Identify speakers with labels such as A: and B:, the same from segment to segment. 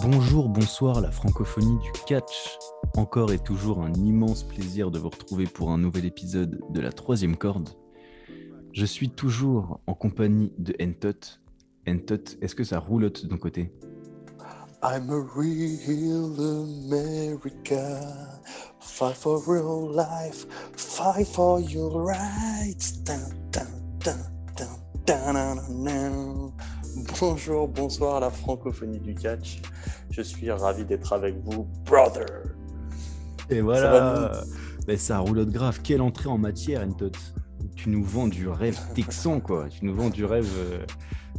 A: Bonjour, bonsoir la francophonie du catch. Encore et toujours un immense plaisir de vous retrouver pour un nouvel épisode de la troisième corde. Je suis toujours en compagnie de Entot. Entot, est-ce que ça roulotte de ton côté
B: I'm a real American. Fight for real life. Fight for your rights. Dun, dun, dun, dun, dun, dun, dun, dun. Bonjour, bonsoir à la francophonie du catch. Je suis ravi d'être avec vous, brother.
A: Et
B: voilà.
A: voilà Mais ça roulotte grave, quelle entrée en matière Entot Tu nous vends du rêve texan quoi, tu nous vends du rêve, euh,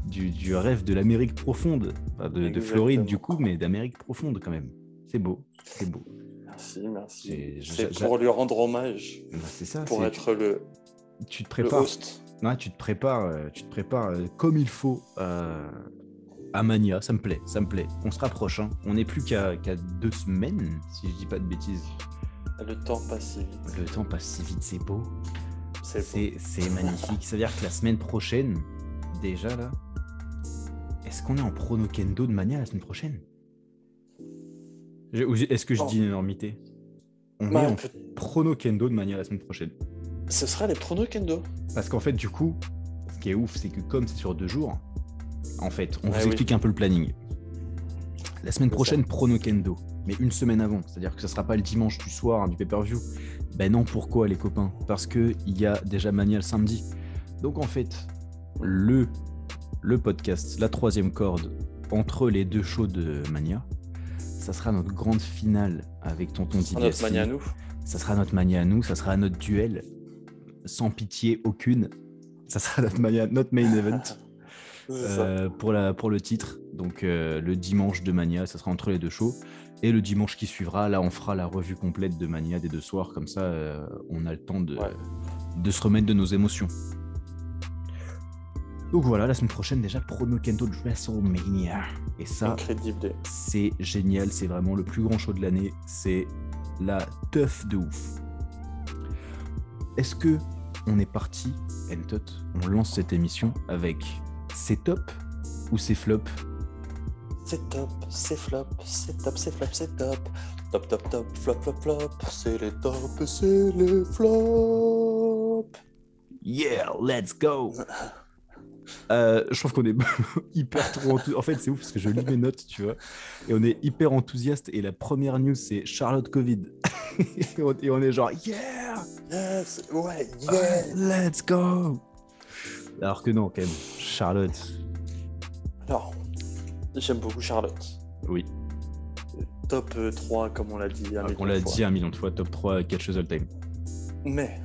A: du, du rêve de l'Amérique profonde, Enfin, de, de Floride
B: Exactement.
A: du coup, mais d'Amérique profonde quand même. C'est beau, c'est beau.
B: Merci, merci.
A: C'est je-
B: C'est
A: je-
B: pour lui rendre hommage,
A: bah, c'est ça,
B: pour
A: c'est-
B: être le,
A: tu te
B: le
A: prépares.
B: host.
A: Ouais, tu te prépares, euh, tu te prépares euh, comme il faut euh, à Mania. Ça me plaît, ça me plaît. On se rapproche. hein. On n'est plus qu'à qu'à deux semaines, si je dis pas de bêtises.
B: Le temps passe si vite.
A: Le temps passe si vite, c'est beau.
B: C'est beau.
A: C'est c'est magnifique. Ça veut dire que la semaine prochaine, déjà là, est-ce qu'on est en prono kendo de Mania la semaine prochaine Je- ou j'ai- Est-ce que je
B: Non.
A: dis une énormité On est en
B: Marc,
A: prono kendo de Mania la semaine prochaine.
B: Bah, ce sera les pronos Kendo.
A: Parce qu'en fait, du coup, ce qui est ouf, c'est que comme c'est sur deux jours, en fait, on
B: Ouais,
A: vous
B: oui.
A: explique un peu le planning. La semaine
B: C'est ça.
A: prochaine, Prono Kendo, mais une semaine avant. C'est-à-dire que ce sera pas le dimanche du soir hein, du pay-per-view. Ben non, pourquoi les copains Parce que il y a déjà Mania le samedi. Donc en fait, le, le podcast, la troisième corde, entre les deux shows de Mania, ça sera notre grande finale avec Tonton
B: Ce sera notre
A: DiBiase.
B: mania à nous.
A: Ça sera notre mania à nous, ça sera notre duel, sans pitié aucune. Ça sera notre, mania- notre main event
B: C'est ça.
A: euh, pour, la, pour le titre. Donc euh, le dimanche de Mania, ça sera entre les deux shows. Et le dimanche qui suivra, là, on fera la revue complète de Mania des deux soirs. Comme ça, euh, on a le temps de,
B: Ouais.
A: de se remettre de nos émotions. Donc voilà, la semaine prochaine, déjà, promo Kendo de WrestleMania. Et ça,
B: Incredible day.
A: c'est génial, c'est vraiment le plus grand show de l'année, c'est la teuf de ouf. Est-ce que on est parti, Entot, on lance cette émission avec c'est top ou c'est flop
B: C'est top, c'est flop, c'est top, c'est flop, c'est top. Top, top, top, flop, flop, flop. C'est les tops, c'est les flops.
A: Yeah, let's go Euh, je trouve qu'on est hyper trop enthousiaste. En fait, c'est ouf parce que je lis mes notes, tu vois. Et on est hyper enthousiaste. Et la première news, c'est Charlotte Covid. et, on, et on est genre, yeah
B: Yes, ouais, yeah.
A: Let's go Alors que non, quand même,
B: Ah,
A: Charlotte,
B: Alors, j'aime beaucoup Charlotte.
A: oui,
B: Top euh, 3, comme on l'a dit. un
A: on
B: million
A: l'a
B: de fois.
A: dit un million de fois, top 3 catcheuse all-time.
B: Mais.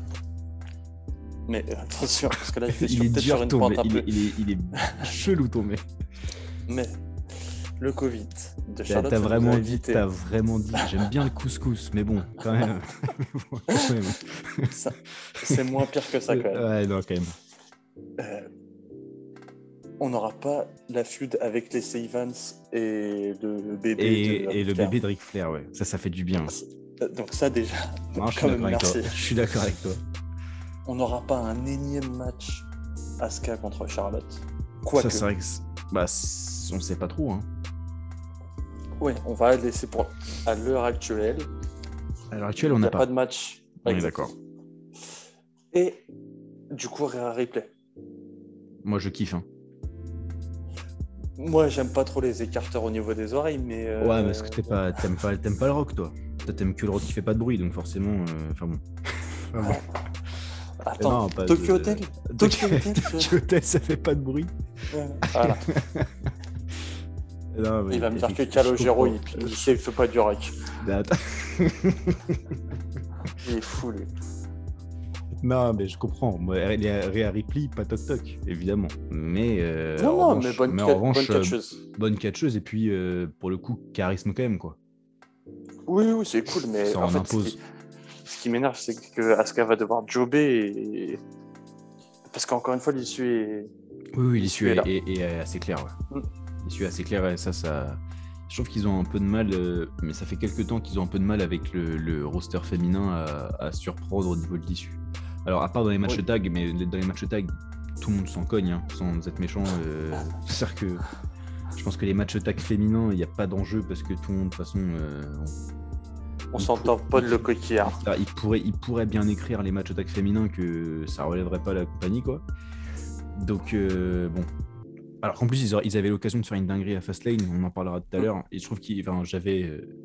B: Mais euh, attention, parce que là, je vais
A: Il
B: sur-
A: est
B: peut-être sur
A: dur
B: une
A: tombé,
B: pointe un
A: il
B: peu.
A: est, il est, il est chelou tombé.
B: Mais. Le Covid de
A: T'as
B: Charlotte.
A: t'as
B: ça nous a
A: vraiment dit,
B: évité.
A: t'as vraiment dit, j'aime bien le couscous, mais bon, quand même. Mais bon, quand même.
B: Ça- C'est moins pire que ça, quand même.
A: Ouais, non, quand même.
B: Euh, on n'aura pas la feud avec les Evans et le, le bébé. de
A: Et, et le
B: Ric Flair.
A: bébé de Ric Flair, ouais, ça, ça fait du bien.
B: Euh, Donc ça déjà,
A: Non, je suis
B: Quand
A: d'accord
B: même,
A: avec toi.
B: merci.
A: Je suis d'accord avec toi.
B: on n'aura pas un énième match Asuka contre Charlotte.
A: Ça,
B: Quoique,
A: c'est vrai que c'est- bah, c'est- on sait pas trop, hein.
B: ouais, on va laisser pour à l'heure actuelle.
A: À l'heure actuelle, on
B: Il n'y
A: n'a
B: a
A: pas.
B: pas. de match.
A: On est
B: Exact.
A: d'accord.
B: Et du coup, Rhea Ripley.
A: Moi, je kiffe, hein.
B: Moi, j'aime pas trop les écarteurs au niveau des oreilles, mais euh,
A: Ouais, mais parce que t'es pas, t'aimes pas, t'aimes pas le rock, toi. Toi, t'aimes que le rock qui fait pas de bruit, donc forcément, euh, enfin bon.
B: Attends,
A: Non, euh, pas de-
B: Tokyo Hotel. Tokyo Hotel. je-
A: Tokyo Hotel, ça fait pas de bruit.
B: Ouais, voilà.
A: Non, mais
B: Il va me dire que
A: effectivement,
B: Calogero,
A: je
B: il,
A: comprends.
B: il sait, il fait pas du rock.
A: Mais attends,
B: Il est fou, lui.
A: Non, mais je comprends. Moi, il y a Rhea Ripley, pas Toc Toc, évidemment. Mais euh,
B: non,
A: en
B: non,
A: revanche-
B: mais bonne,
A: mais en
B: cat-
A: revanche,
B: bonne
A: euh,
B: catcheuse.
A: bonne catcheuse et puis euh, pour le coup, charisme quand même, quoi.
B: Oui, oui, c'est cool, mais
A: ça
B: en
A: en
B: fait, ce
A: impose.
B: qui, ce qui m'énerve, c'est que Asuka va devoir jobber et... Parce qu'encore une fois, l'issue est...
A: Oui, oui, l'issue
B: L'issue est
A: est,
B: là.
A: est- est assez claire. ouais.
B: Mm.
A: L'issue est assez claire et ça, ça. Je trouve qu'ils ont un peu de mal, euh, mais ça fait quelques temps qu'ils ont un peu de mal avec le, le roster féminin à, à surprendre au niveau de l'issue. Alors, à part dans les matchs
B: Oui.
A: tag, mais dans les matchs tag, tout le monde s'en cogne, hein, sans être méchant. euh, C'est-à-dire que Je pense que les matchs tac féminins, il n'y a pas d'enjeu parce que tout le monde, de toute façon, euh,
B: On
A: Il
B: s'en
A: faut-
B: tamponne le coquillard.
A: on- il, pourrait, il pourrait bien écrire les matchs tac féminins que ça relèverait pas la compagnie, quoi. Donc, euh, bon. Alors qu'en plus, ils, auraient- ils avaient l'occasion de faire une dinguerie à Fastlane, on en parlera tout à
B: Mm.
A: l'heure. Et je trouve que j'avais, euh,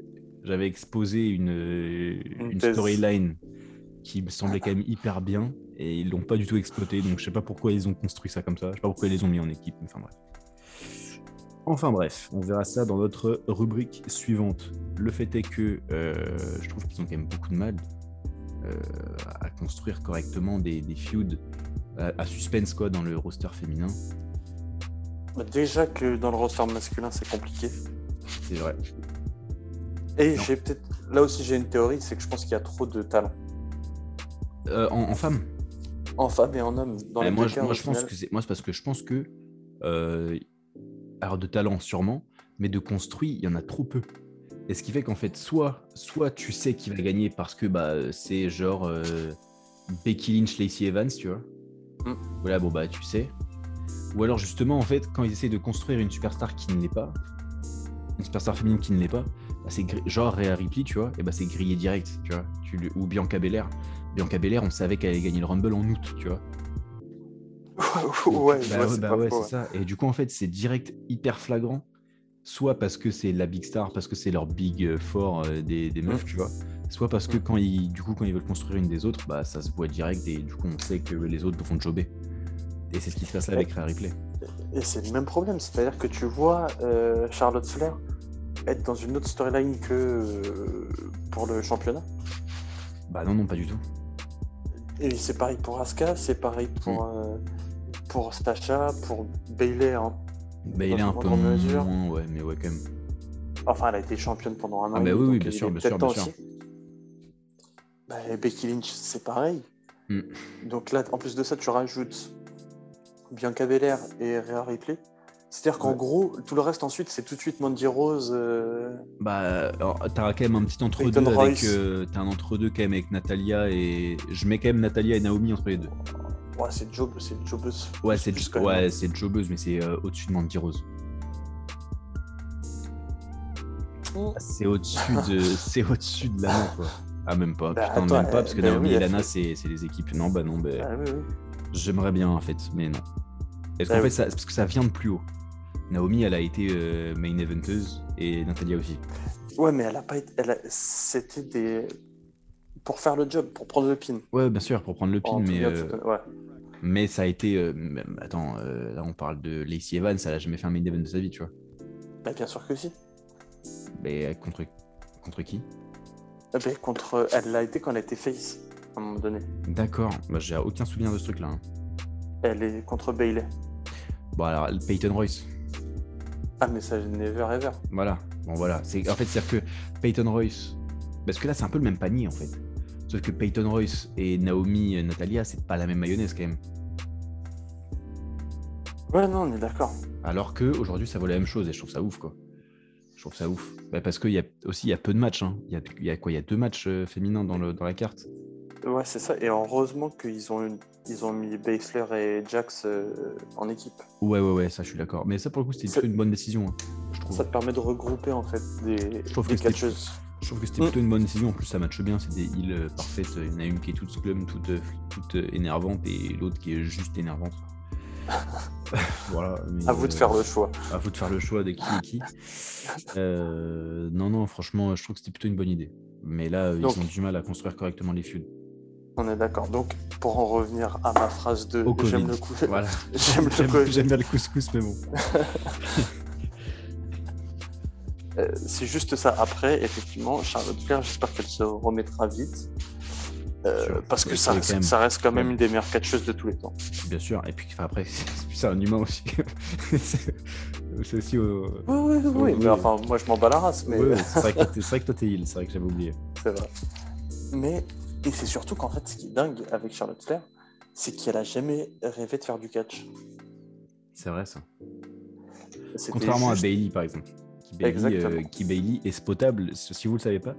A: j'avais exposé une, euh,
B: Une
A: une
B: thèse.
A: storyline qui me semblait quand même hyper bien et ils l'ont pas du tout exploité. Donc je sais pas pourquoi ils ont construit ça comme ça. Je sais pas pourquoi ils les ont mis en équipe. mais Enfin bref. Enfin bref, on verra ça dans notre rubrique suivante. Le fait est que euh, je trouve qu'ils ont quand même beaucoup de mal euh, à construire correctement des, des feuds euh, à, à suspense quoi dans le roster féminin.
B: Bah, Déjà que dans le roster masculin, c'est compliqué.
A: C'est vrai.
B: Et
A: Non.
B: j'ai peut-être. Là aussi, j'ai une théorie, c'est que je pense qu'il y a trop de talent.
A: Euh, en, en femme,
B: En femme et en homme. Dans
A: Bah,
B: les
A: moi,
B: deux
A: je,
B: cas,
A: moi,
B: au
A: je pense
B: final.
A: que c'est moi c'est parce que je pense que euh, alors de talent sûrement, mais de construit il y en a trop peu. Et ce qui fait qu'en fait soit soit tu sais qui va gagner parce que bah c'est genre euh, Becky Lynch, Lacey Evans, tu vois.
B: Mm.
A: Voilà bon bah tu sais. Ou alors justement en fait quand ils essaient de construire une superstar qui ne l'est pas, une superstar féminine qui ne l'est pas, bah, c'est gri- genre Rhea Ripley, tu vois, et bah c'est grillé direct, tu vois. Tu le- ou Bianca Belair. Bianca Belair, on savait qu'elle allait gagner le Rumble en août, tu vois. Bah
B: ouais, ouais,
A: ouais,
B: c'est
A: bah
B: pas
A: ouais,
B: faux, ouais.
A: c'est ça. Et du coup, en fait, c'est direct hyper flagrant. Soit parce que c'est la big star, parce que c'est leur big euh, four euh, des,
B: Mmh.
A: des meufs, tu vois. Soit parce que
B: Mm.
A: quand ils, du coup, quand ils veulent construire une des autres, bah ça se voit direct et du coup on sait que les autres vont jobber. Et c'est ce qui se passe là avec Rare Replay.
B: Et c'est le même problème, c'est-à-dire que tu vois euh, Charlotte Flair être dans une autre storyline que euh, pour le championnat.
A: Bah non, non, pas du tout.
B: Et c'est pareil pour Asuka, c'est pareil pour,
A: Hmm.
B: euh, pour Stacha, pour Bailey. hein.
A: Bah, il est
B: une
A: un peu
B: grande mesure.
A: moins, ouais, mais ouais, quand même.
B: Enfin, elle a été championne pendant un an.
A: Ah
B: et
A: bah
B: demi,
A: oui, oui,
B: donc
A: bien
B: il
A: sûr,
B: est
A: bien
B: peut-être
A: sûr, bien
B: temps
A: sûr.
B: aussi. Bah, et Becky Lynch, c'est pareil.
A: Mm.
B: Donc là, en plus de ça, tu rajoutes Bianca Belair et Rhea Ripley. C'est-à-dire qu'en
A: Ouais.
B: gros, tout le reste ensuite, c'est tout de suite Mandy Rose. euh,
A: Bah, alors, t'as quand même un petit
B: Peyton
A: entre-deux avec.
B: Royce.
A: euh, t'as un entre-deux quand même avec Natalia et. Je mets quand même Natalia et Naomi entre les deux.
B: Ouais, c'est Job, c'est Jobus.
A: Ouais,
B: Oh, Je sais
A: c'est
B: plus
A: ju-
B: quand même. hein.
A: ouais, c'est jobeuse, mais c'est euh, au-dessus de Mandy Rose. Ah, C'est au-dessus de, c'est au-dessus de Lana, quoi. Ah, même pas.
B: Bah,
A: Putain,
B: attends,
A: même pas, parce que
B: euh, bah
A: Naomi
B: oui,
A: et
B: elle
A: Lana,
B: fait-
A: c'est, c'est les équipes. Non, bah non, bah,
B: Ah oui, oui.
A: j'aimerais bien, en fait, mais non. Parce qu'en
B: Ah
A: fait,
B: oui.
A: ça, c'est parce que ça vient de plus haut. Naomi, elle a été euh, main eventeuse, et Natalia aussi.
B: Ouais, mais elle a pas été. elle a- C'était des. Pour faire le job, pour prendre le pin.
A: Ouais, bien sûr, pour prendre le pin,
B: Oh, En tout
A: mais,
B: cas,
A: euh,
B: tout- ouais.
A: mais ça a été... euh, même- attends, euh, là, on parle de Lacey Evans, elle a jamais fait un main event de sa vie, tu vois.
B: Bah, bien sûr que si.
A: Mais euh, contre, contre qui
B: Ah, bah, contre... Elle l'a été quand elle était face, à un moment donné.
A: D'accord, bah, j'ai aucun souvenir de ce truc-là. hein.
B: Elle est contre Bailey.
A: Bon, alors, Peyton Royce.
B: Ah, mais ça, never ever.
A: Voilà. Bon voilà. C'est en fait c'est-à-dire que Peyton Royce. Parce que là c'est un peu le même panier en fait. Sauf que Peyton Royce et Naomi euh, Natalia, c'est pas la même mayonnaise quand même.
B: Ouais, non, on est d'accord.
A: Alors que aujourd'hui ça vaut la même chose et je trouve ça ouf quoi. Je trouve ça ouf. Bah, parce qu'il y a aussi il y a peu de matchs. hein. Il y, a, il y a quoi Il y a deux matchs euh, féminins dans, le, dans la carte.
B: Ouais, c'est ça. Et heureusement qu'ils ont, une- ils ont mis Baszler et Jax euh, en équipe.
A: Ouais ouais ouais, ça je suis d'accord. Mais ça pour le coup c'était
B: C'est-
A: plutôt une bonne décision. hein, je trouve.
B: Ça te permet de regrouper, en fait, des,
A: Je trouve
B: des
A: que c'était-
B: catcheuses.
A: Je trouve que c'était
B: Mm.
A: plutôt une bonne décision. En plus, ça matche bien. C'est des heals euh, parfaites. Il y en a une qui est toute sclum, toute, euh, toute euh, énervante, et l'autre qui est juste énervante. voilà. mais,
B: À vous de
A: euh,
B: faire le choix.
A: À vous de faire le choix de qui est qui. Euh, non, non, franchement, je trouve que c'était plutôt une bonne idée. Mais là, euh,
B: Donc-
A: ils ont du mal à construire correctement les feuds.
B: On est d'accord. Donc, pour en revenir à ma phrase de
A: Au Covid.
B: j'aime le coup,
A: Voilà.
B: j'aime le Covid,
A: bien le couscous, mais bon.
B: euh, c'est juste ça. Après, effectivement, Charlotte Flair, j'espère qu'elle se remettra vite. Euh,
A: Sûr.
B: parce que
A: Ouais,
B: ça,
A: c'est quand même-
B: ça reste quand même
A: Ouais.
B: une des meilleures catcheuses de tous les temps.
A: Bien sûr. Et puis enfin, après, c'est c'est un humain aussi. c'est c'est aussi au,
B: Oui, oui, oui.
A: Oui, oui.
B: Mais enfin, moi, je m'en bats la race, mais
A: Ouais, ouais, c'est vrai, que t'es- c'est vrai que toi t'es heal, c'est vrai que j'avais oublié.
B: c'est vrai. Mais, et c'est surtout qu'en fait, ce qui est dingue avec Charlotte Flair, c'est qu'elle a jamais rêvé de faire du catch.
A: C'est vrai ça.
B: C'était
A: Contrairement
B: juste-
A: à Bailey par exemple. Qui Bailey, euh,
B: Exactement.
A: qui Bailey est spotable. Si si vous le savez pas,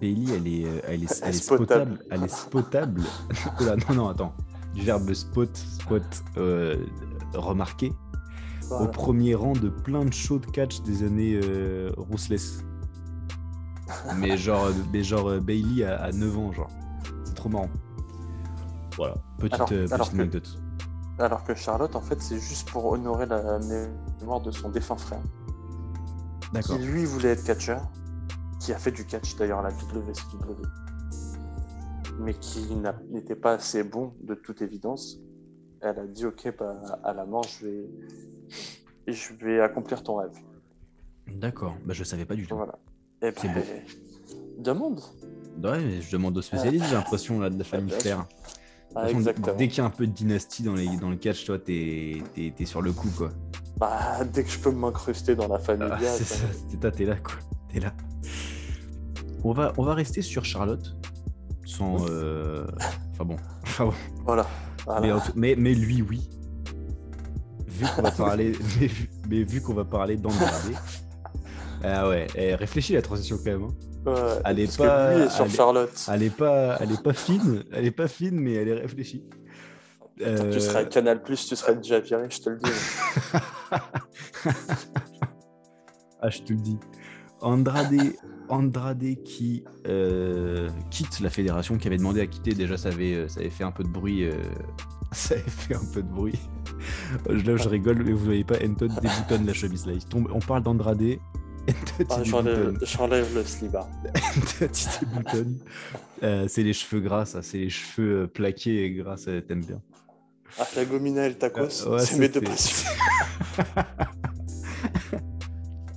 A: Bailey elle est, euh, elle est, elle est
B: Spotable.
A: spotable. Elle est spotable. Oula, non, non, attends. Du verbe spot, spot, euh, remarquer. au premier rang de plein de shows de catch des années euh, Ruthless. mais genre, mais genre euh, Bailey à, à 9 ans, genre. C'est trop marrant. Voilà, petite,
B: Alors-
A: euh, petite
B: alors que-
A: anecdote.
B: Alors que Charlotte, en fait, c'est juste pour honorer la mémoire de son défunt frère, qui
A: D'accord.
B: lui voulait être catcheur, qui a fait du catch d'ailleurs à la WCW, mais qui n'a- n'était pas assez bon de toute évidence. Elle a dit Ok, bah, à la mort, je vais, je vais accomplir ton rêve.
A: D'accord, bah, je savais pas du tout.
B: Voilà. Et
A: C'est
B: ben, demande.
A: Ouais, mais je demande aux spécialistes, j'ai l'impression là de la famille
B: bien sûr.
A: Flair.
B: Ah,
A: De toute façon,
B: exactement.
A: Dès qu'il y a un peu de dynastie dans, les, dans le catch, toi, t'es t'es- t'es sur le coup, quoi.
B: Bah, dès que je peux m'incruster dans la famille, bah,
A: Ah, c'est ça, t'es là, t'es là, quoi. T'es là. On va, on va rester sur Charlotte. Sans. euh, Enfin bon. Enfin bon.
B: voilà. voilà.
A: Mais, en tout- mais, mais lui, oui. Vu qu'on va parler. mais, vu- mais vu qu'on va parler d'emmerder. Ah ouais, eh, réfléchis la transition quand même. hein.
B: Ouais,
A: elle est
B: parce
A: pas-
B: que lui est sur
A: elle est-
B: Charlotte.
A: Elle est pas, elle est pas fine, elle est pas fine, mais elle est réfléchie.
B: Putain,
A: Euh,
B: Tu serais à Canal, tu serais déjà viré, je te le dis.
A: Ah, je te le dis. Andrade, Andrade qui euh, quitte la fédération, qui avait demandé à quitter, déjà ça avait, euh, ça avait fait un peu de bruit. euh, ça avait fait un peu de bruit. Euh, Là, je rigole, mais vous voyez pas, Anton déboutonne la chemise. Là. Il tombe, on parle d'Andrade. Anton,
B: Ah,
A: il
B: J'enlève
A: déboutonne.
B: j'enlève le slibard.
A: Anton, il déboutonne. Euh, c'est les cheveux gras, ça. C'est les cheveux euh, plaqués et gras, ça, t'aimes bien.
B: Ah, la gomina et le tacos,
A: Euh, ouais,
B: c'est mes deux
A: c'était-
B: passions.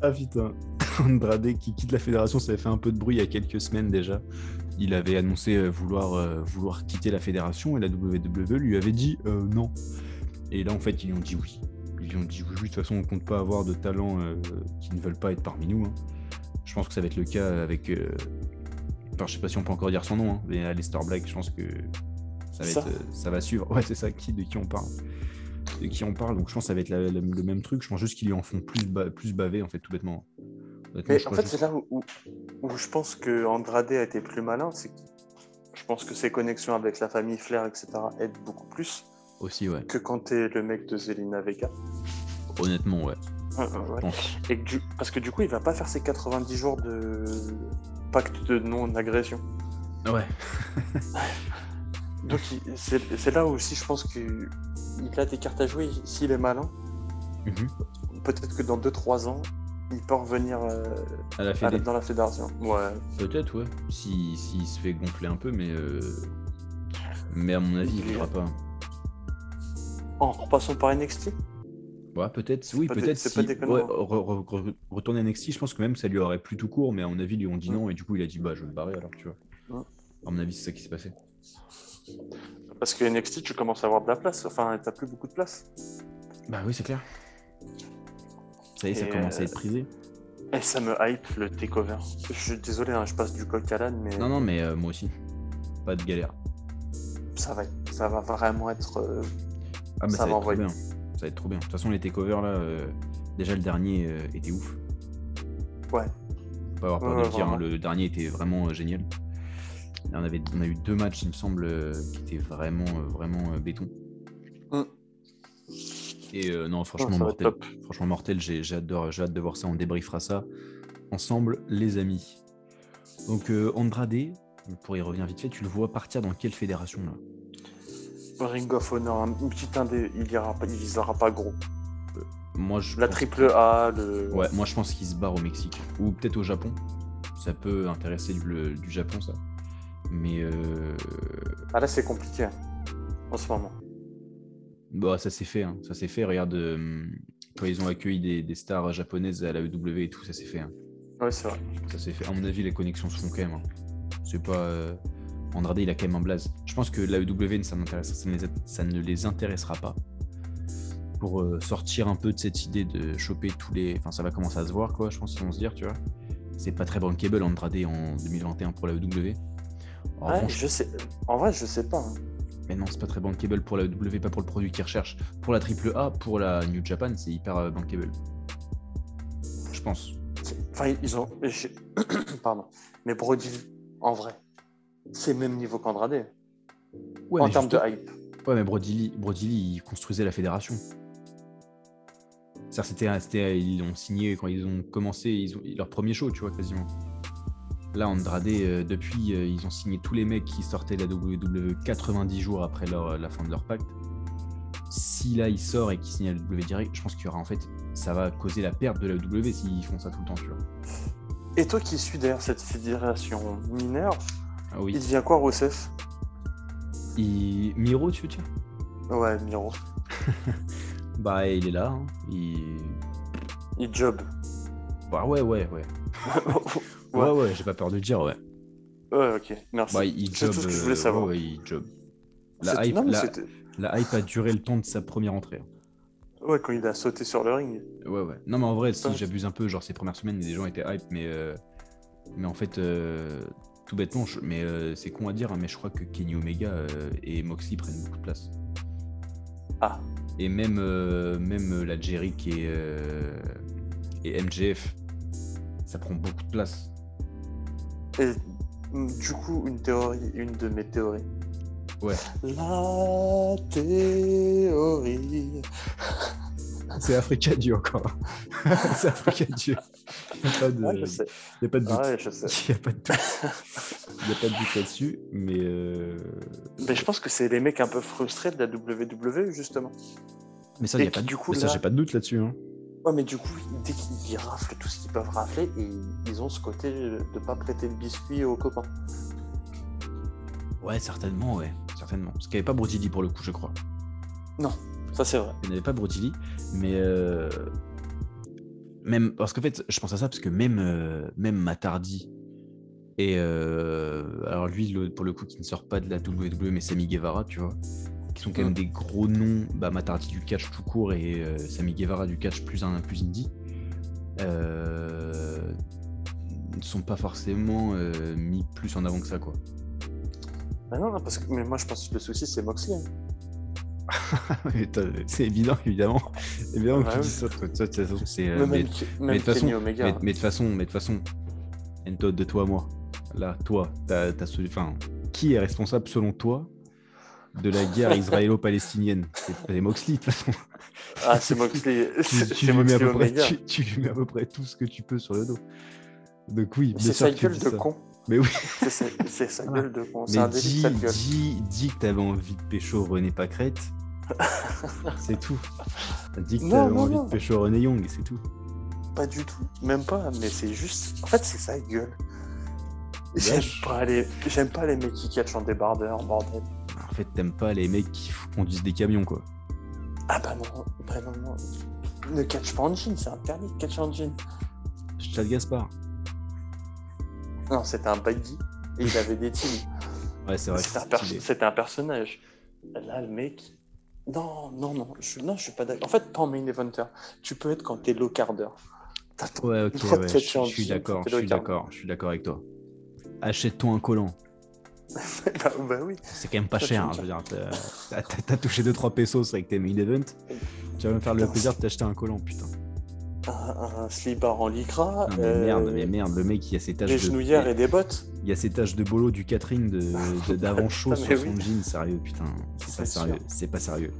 A: Ah putain, Andrade qui quitte la fédération, ça avait fait un peu de bruit il y a quelques semaines déjà. Il avait annoncé euh, vouloir, euh, vouloir quitter la fédération et la WWE lui avait dit euh, non. Et là en fait ils lui ont dit oui. Ils lui ont dit oui, oui, de toute façon on compte pas avoir de talents euh, qui ne veulent pas être parmi nous. hein. Je pense que ça va être le cas avec... euh, Enfin je sais pas si on peut encore dire son nom, hein, mais Alistair Black, je pense que ça va,
B: Ça
A: être, euh, ça va suivre. Ouais c'est ça, qui, de qui on parle de qui on parle. Donc je pense que ça va être la- la- le même truc. Je pense juste qu'ils lui en font plus, ba- plus baver, en fait, tout bêtement. Honnêtement,
B: Mais
A: je
B: en
A: crois
B: fait,
A: juste-
B: c'est là où, où- où je pense que Andrade a été plus malin. c'est que Je pense que ses connexions avec la famille Flair, etc., aident beaucoup plus
A: Aussi, ouais.
B: que quand t'es le mec de Zelina Vega.
A: Honnêtement, ouais.
B: Ouais, ouais, ouais.
A: Bon.
B: Et que du- Parce que du coup, il va pas faire ses 90 jours de pacte de non-agression.
A: Ouais.
B: Donc il- c'est c'est là aussi, je pense qu'il a des cartes à jouer. S'il est malin,
A: Mhm.
B: peut-être que dans 2-3 ans, il peut revenir euh,
A: À la
B: à la-
A: Fédé.
B: dans la fédération. Ouais.
A: Peut-être, ouais. S'il si, s'il se fait gonfler un peu, mais. euh, Mais à mon avis, il
B: Il est-
A: voudra pas.
B: En repassant par NXT
A: Ouais, peut-être,
B: C'est
A: oui,
B: pas dé-
A: peut-être.
B: c'est
A: Si...
B: pas déconnant.
A: ouais, re- re- re- retourner à NXT, je pense que même ça lui aurait plu tout court, mais à mon avis, ils lui ont dit non, et du coup, il a dit bah, je vais me barrer alors, tu vois.
B: Ouais.
A: À mon avis, c'est ça qui s'est passé.
B: Parce que NXT, tu commences à avoir de la place. Enfin, t'as plus beaucoup de place.
A: Bah oui, c'est clair. Ça y est, ça
B: Et,
A: commence à
B: euh,
A: être prisé.
B: Et Eh, ça me hype le takeover. Je suis désolé, hein, je passe du coq à l'âne, mais
A: Non, non, mais euh, moi aussi. Pas de galère.
B: ça va, ça va vraiment être. euh,
A: Ah, mais ça, va
B: Ça va
A: être trop
B: envoyer.
A: bien. Ça va être trop bien. De toute façon, les takeovers, là, euh, déjà le dernier euh, était ouf.
B: Ouais.
A: Faut pas avoir peur
B: Ouais,
A: de le
B: ouais,
A: dire, hein.
B: vraiment.
A: le dernier était vraiment euh, génial. Là, on, avait, on a eu deux matchs, il me semble, euh, qui étaient vraiment, euh, vraiment euh, béton.
B: Mm.
A: Et euh, non,
B: ça
A: franchement,
B: va être
A: mortel.
B: top.
A: Franchement, mortel, j'ai j'ai hâte, de- j'ai hâte de voir ça. On débriefera ça ensemble, les amis. Donc, euh, Andrade, pour y revenir vite fait, tu le vois partir dans quelle fédération là
B: Ring of Honor, un- une petite indé, il ira pas, il visera pas gros.
A: Moi, je
B: La
A: pense-
B: triple A, le.
A: Ouais, moi je pense qu'il se barre au Mexique ou peut-être au Japon. Ça peut intéresser du, le- du Japon, ça. Mais euh,
B: Ah là, c'est compliqué hein, en ce moment.
A: bah, ça s'est fait, hein. ça s'est fait. Regarde, euh, quand ils ont accueilli des, des stars japonaises à la EW et tout, ça s'est fait. hein.
B: Ouais, c'est vrai.
A: Ça s'est fait. À mon avis, les connexions se font quand même. hein. C'est pas. euh, Andrade, il a quand même un blaze. Je pense que la EW, ça, n'intéresse- ça, ne les, ça ne les intéressera pas. Pour euh, sortir un peu de cette idée de choper tous les. Enfin, ça va commencer à se voir, quoi, je pense, ils vont se dire, tu vois. C'est pas très bankable, Andrade, en 2021 pour la EW. En
B: Ouais,
A: revanche,
B: Ah, je sais. En vrai, je sais pas. hein.
A: mais non, c'est pas très bankable pour la EW, pas pour le produit qu'ils recherchent. Pour la AAA, pour la New Japan, c'est hyper euh, bankable. Je pense.
B: Enfin, ils ont. je- Pardon. Mais Brody, en vrai, c'est le même niveau qu'Andrade.
A: Ouais,
B: en
A: mais
B: termes
A: justement-
B: de hype.
A: Ouais, mais Brody Lee, Brody Lee, il construisait la fédération. C'est-à-dire, c'était- c'était- ils l'ont signé quand ils ont commencé ils ont, leur premier show, tu vois, quasiment. Là, Andrade, euh, depuis, euh, ils ont signé tous les mecs qui sortaient de la WWE 90 jours après leur- euh, la fin de leur pacte. Si là, il sort et qu'il signe la WWE direct, je pense qu'il y aura en fait, ça va causer la perte de la WWE s'ils font ça tout le temps, tu vois.
B: Et toi qui suis derrière cette fédération mineure,
A: Ah oui.
B: il devient quoi Rousseff
A: Il- Miro, tu veux dire
B: Ouais, Miro.
A: Bah, il est là. hein. Il...
B: Il job.
A: Bah, ouais, ouais, ouais. Ouais, ouais,
B: Ouais.
A: j'ai pas peur de le dire, ouais.
B: ouais, ok, merci.
A: Bah, il
B: C'est
A: job.
B: tout ce que je
A: euh,
B: voulais savoir.
A: ouais, ouais, il job. La
B: C'était-
A: hype,
B: non, mais
A: la-
B: c'était-
A: la hype a duré le temps de sa première entrée. hein.
B: Ouais, quand il a sauté sur le ring.
A: Ouais, ouais. Non, mais en vrai, si
B: Putain.
A: j'abuse un peu, genre ces premières semaines, les gens étaient hype, mais, euh, mais en fait, euh, tout bêtement, je- mais euh, c'est con à dire, hein, mais je crois que Kenny Omega euh, et Moxley prennent beaucoup de place.
B: Ah,
A: Et même, euh, même euh, la Jerick et, euh, et MJF, ça prend beaucoup de place.
B: et mm, du coup, une théorie, une de mes théories.
A: Ouais.
B: La théorie.
A: C'est Africa Dieu encore. c'est Africa Dieu. Il n'y a pas de,
B: Ouais, je sais.
A: y a pas de doute.
B: Ouais, je sais.
A: Il n'y a pas de doute. Il a pas de doute là-dessus, mais. euh,
B: Mais je pense que c'est les mecs un peu frustrés de la WWE, justement.
A: Mais ça,
B: Et
A: y a
B: qui,
A: pas de...
B: du coup,
A: mais ça,
B: là-
A: j'ai pas de doute là-dessus. hein.
B: Ouais, mais du coup, dès qu'ils raflent tout ce qu'ils peuvent rafler, et ils ont ce côté de pas prêter le biscuit aux copains.
A: Ouais, certainement, ouais. Certainement. Parce qu'il n'y avait pas Brodilly pour le coup, je crois.
B: Ça, c'est vrai.
A: Il n'y avait pas Brodilly, mais. euh, Même, parce qu'en fait, je pense à ça parce que même, euh, même Matardi et euh, alors lui le- pour le coup qui ne sort pas de la WWE mais Sami Guevara, tu vois, qui sont quand même
B: Mm.
A: des gros noms, bah, Matardi du catch tout court et euh, Sami Guevara du catch plus un plus indie, euh, ne sont pas forcément euh, mis plus en avant que ça quoi.
B: Ah non, non, parce que mais moi, je pense que le souci, c'est Moxley. hein.
A: Mais t'as- c'est évident, évidemment. évidemment que
B: Ouais,
A: tu
B: ouais.
A: dis ça, toi, toi, de toute façon, c'est, euh,
B: Mais
A: mais-
B: même, Ke- même
A: de toute
B: Kenny
A: façon,
B: Omega.
A: mais mais de toute façon, mais de toute façon, Ento, de toi à moi. Là, toi, t'as, t'as celui- enfin, qui est responsable selon toi de la guerre israélo-palestinienne C'est c'est Moxley, de toute façon.
B: Ah, c'est Moxley.
A: Tu,
B: c'est
A: tu
B: c'est
A: lui mets à
B: Moxley
A: peu près,
B: Omega.
A: tu- tu lui mets à peu près tout ce que tu peux sur le dos. Donc oui, bien
B: C'est
A: sûr
B: sa
A: que tu
B: gueule
A: dis
B: de
A: ça.
B: con.
A: Mais oui.
B: C'est sa- C'est sa gueule de con. C'est
A: Mais
B: un délit de
A: dis,
B: sa gueule.
A: dis, dis que t'avais envie de pécho René Pâquerette. c'est tout. Dis que
B: Non,
A: t'avais
B: non,
A: envie
B: non.
A: de pécho René Young, c'est tout.
B: Pas du tout. Même pas, mais c'est juste. En fait, c'est sa gueule. J'aime
A: Lâche.
B: pas, les... j'aime pas les mecs qui catchent en débardeur, bordel.
A: En fait, t'aimes pas les mecs qui f- conduisent des camions, quoi.
B: Ah bah non, bah non, non. Ne catch pas en jean, c'est interdit de catch en jean.
A: Chad Gaspard.
B: Non, c'était un baggy et il avait des teams.
A: Ouais, c'est vrai.
B: c'était, un
A: c'est
B: pers-
A: stylé.
B: c'était un personnage. Là, le mec. Non, non, non, je, non, je suis pas d'accord. En fait, pas en main eventer. Tu peux être quand t'es low carder. T'as ton-
A: Ouais, ok,
B: Droite
A: ouais, je,
B: catch en
A: je suis
B: jean,
A: d'accord,
B: c'était
A: je suis
B: local.
A: d'accord, je suis d'accord avec toi. Achète-toi un collant.
B: bah, bah oui.
A: C'est quand même pas
B: Ça,
A: cher, hein,
B: tu me
A: je veux dire. t'as- T'as t'as touché 2-3 pesos avec tes main event. Tu vas me faire le
B: Putain.
A: plaisir de t'acheter un collant, putain.
B: Un, un slibard en lycra.
A: Non, mais
B: euh,
A: merde, mais merde, le mec, il y a ses taches
B: Des
A: de.
B: genouillères et des bottes.
A: Il y a ces taches de bolo du catering de, de- d'avant chaud
B: Ah, mais
A: sur son
B: oui.
A: jean, sérieux, putain, c'est pas
B: C'est sûr.
A: sérieux, c'est pas sérieux.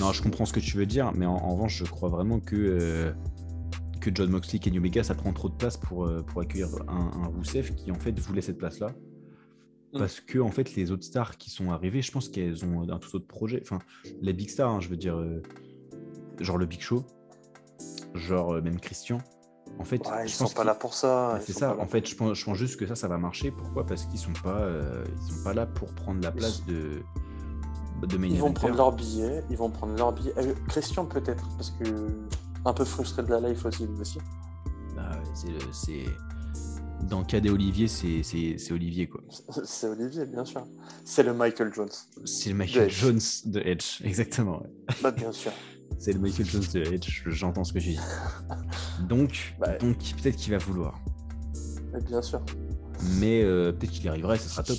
A: Non, je comprends ce que tu veux dire, mais en, en revanche, je crois vraiment que, euh, que John Moxley et Omega, ça prend trop de place pour, euh, pour accueillir un, un Rousseff qui, en fait, voulait cette place-là.
B: Mm.
A: Parce que, en fait, les autres stars qui sont arrivées, je pense qu'elles ont un tout autre projet. Enfin, les big stars, hein, je veux dire, euh, genre le Big Show, genre euh, même Christian. En fait,
B: Ouais, ils
A: je
B: sont
A: pense
B: pas
A: qu'ils-
B: là pour ça.
A: mais
B: Ah, ils
A: Bah, C'est
B: sont
A: ça,
B: pas là
A: en fait, je pense, je pense juste que ça, ça va marcher. Pourquoi Parce qu'ils sont pas, euh, ils sont pas là pour prendre la place de, de main
B: Ils vont
A: eventer.
B: prendre leur billet, ils vont prendre leur billet. Euh, Christian peut-être, parce que un peu frustré de la life aussi, lui aussi.
A: Bah, c'est le- c'est dans Cadet Olivier, c'est c'est- c'est Olivier quoi.
B: C'est Olivier, bien sûr. C'est le Michael Jones.
A: C'est le Michael
B: Edge.
A: Jones de Edge, exactement. ouais.
B: Bah bien sûr.
A: C'est le Michael Jones de Edge. J'entends ce que je dis. Donc,
B: Bah.
A: donc peut-être qu'il va vouloir,
B: Mais bien sûr.
A: mais euh, peut-être qu'il y arriverait, ce sera top.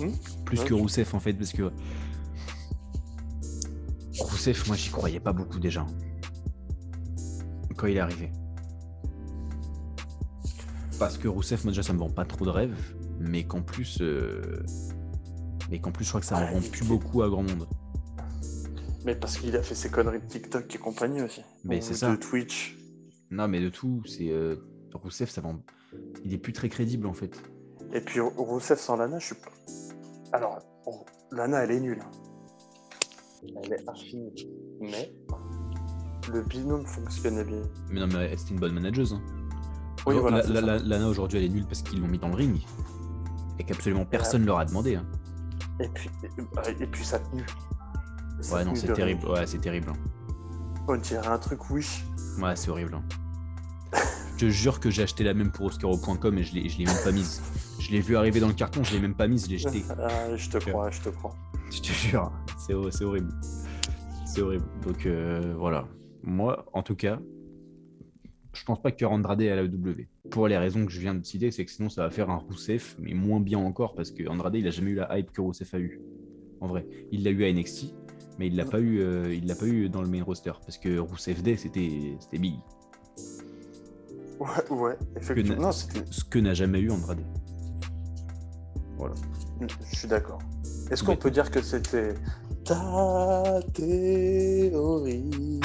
B: Hmm
A: Plus
B: Ouais.
A: que Rousseff en fait, parce que Rousseff, moi j'y croyais pas beaucoup déjà quand il est arrivé. Parce que Rousseff, moi déjà ça me vend pas trop de rêves, mais qu'en plus, euh, mais qu'en plus je crois que ça me
B: Ouais,
A: vend
B: Ah, il
A: plus
B: était-
A: beaucoup à grand monde.
B: Mais parce qu'il a fait ses conneries de TikTok et compagnie aussi.
A: Mais
B: Ou
A: c'est ça.
B: De Twitch.
A: Non, mais de tout, c'est. euh, Rousseff, ça vend. Il est plus très crédible en fait.
B: Et puis Rousseff sans Lana, je suis. pas- Alors, oh, Lana, elle est nulle. hein. Elle est archi nulle. Mais le binôme fonctionnait bien.
A: Mais non, mais elle, c'était une bonne manageuse. hein.
B: Oui,
A: Genre,
B: voilà.
A: la-
B: c'est
A: la-
B: ça.
A: la- Lana aujourd'hui, elle est nulle parce qu'ils l'ont mis dans le ring et qu'absolument personne leur a demandé. hein.
B: Et, puis, et, et puis sa tenue. Sa
A: Ouais, non,
B: tenue
A: c'est
B: de-
A: terrible. Ouais, c'est terrible. hein.
B: On dirait un truc Wish.
A: Ouais, c'est horrible. hein. je te jure que j'ai acheté la même pour Oscaro.com et je l'ai je l'ai même pas mise. Je l'ai vu arriver dans le carton, je l'ai même pas mise, je l'ai jetée.
B: Ah, je te crois, je te crois.
A: Je te jure, c'est ho- c'est horrible. C'est horrible. Donc euh, voilà. Moi, en tout cas, je pense pas que Andrade est à la W. Pour les raisons que je viens de citer, c'est que sinon ça va faire un Rousseff, mais moins bien encore, parce que Andrade, il a jamais eu la hype que Rousseff a eu. En vrai, il l'a eu à NXT, mais il l'a pas eu, euh, il l'a pas eu dans le main roster, parce que Rousseff Day, c'était, c'était big.
B: Ouais, ouais,
A: Que
B: effectivement.
A: na-
B: Non, c'était.
A: Ce que n'a jamais eu Andrade.
B: Je suis d'accord. Est-ce qu'on
A: Ouais.
B: peut dire que c'était ta théorie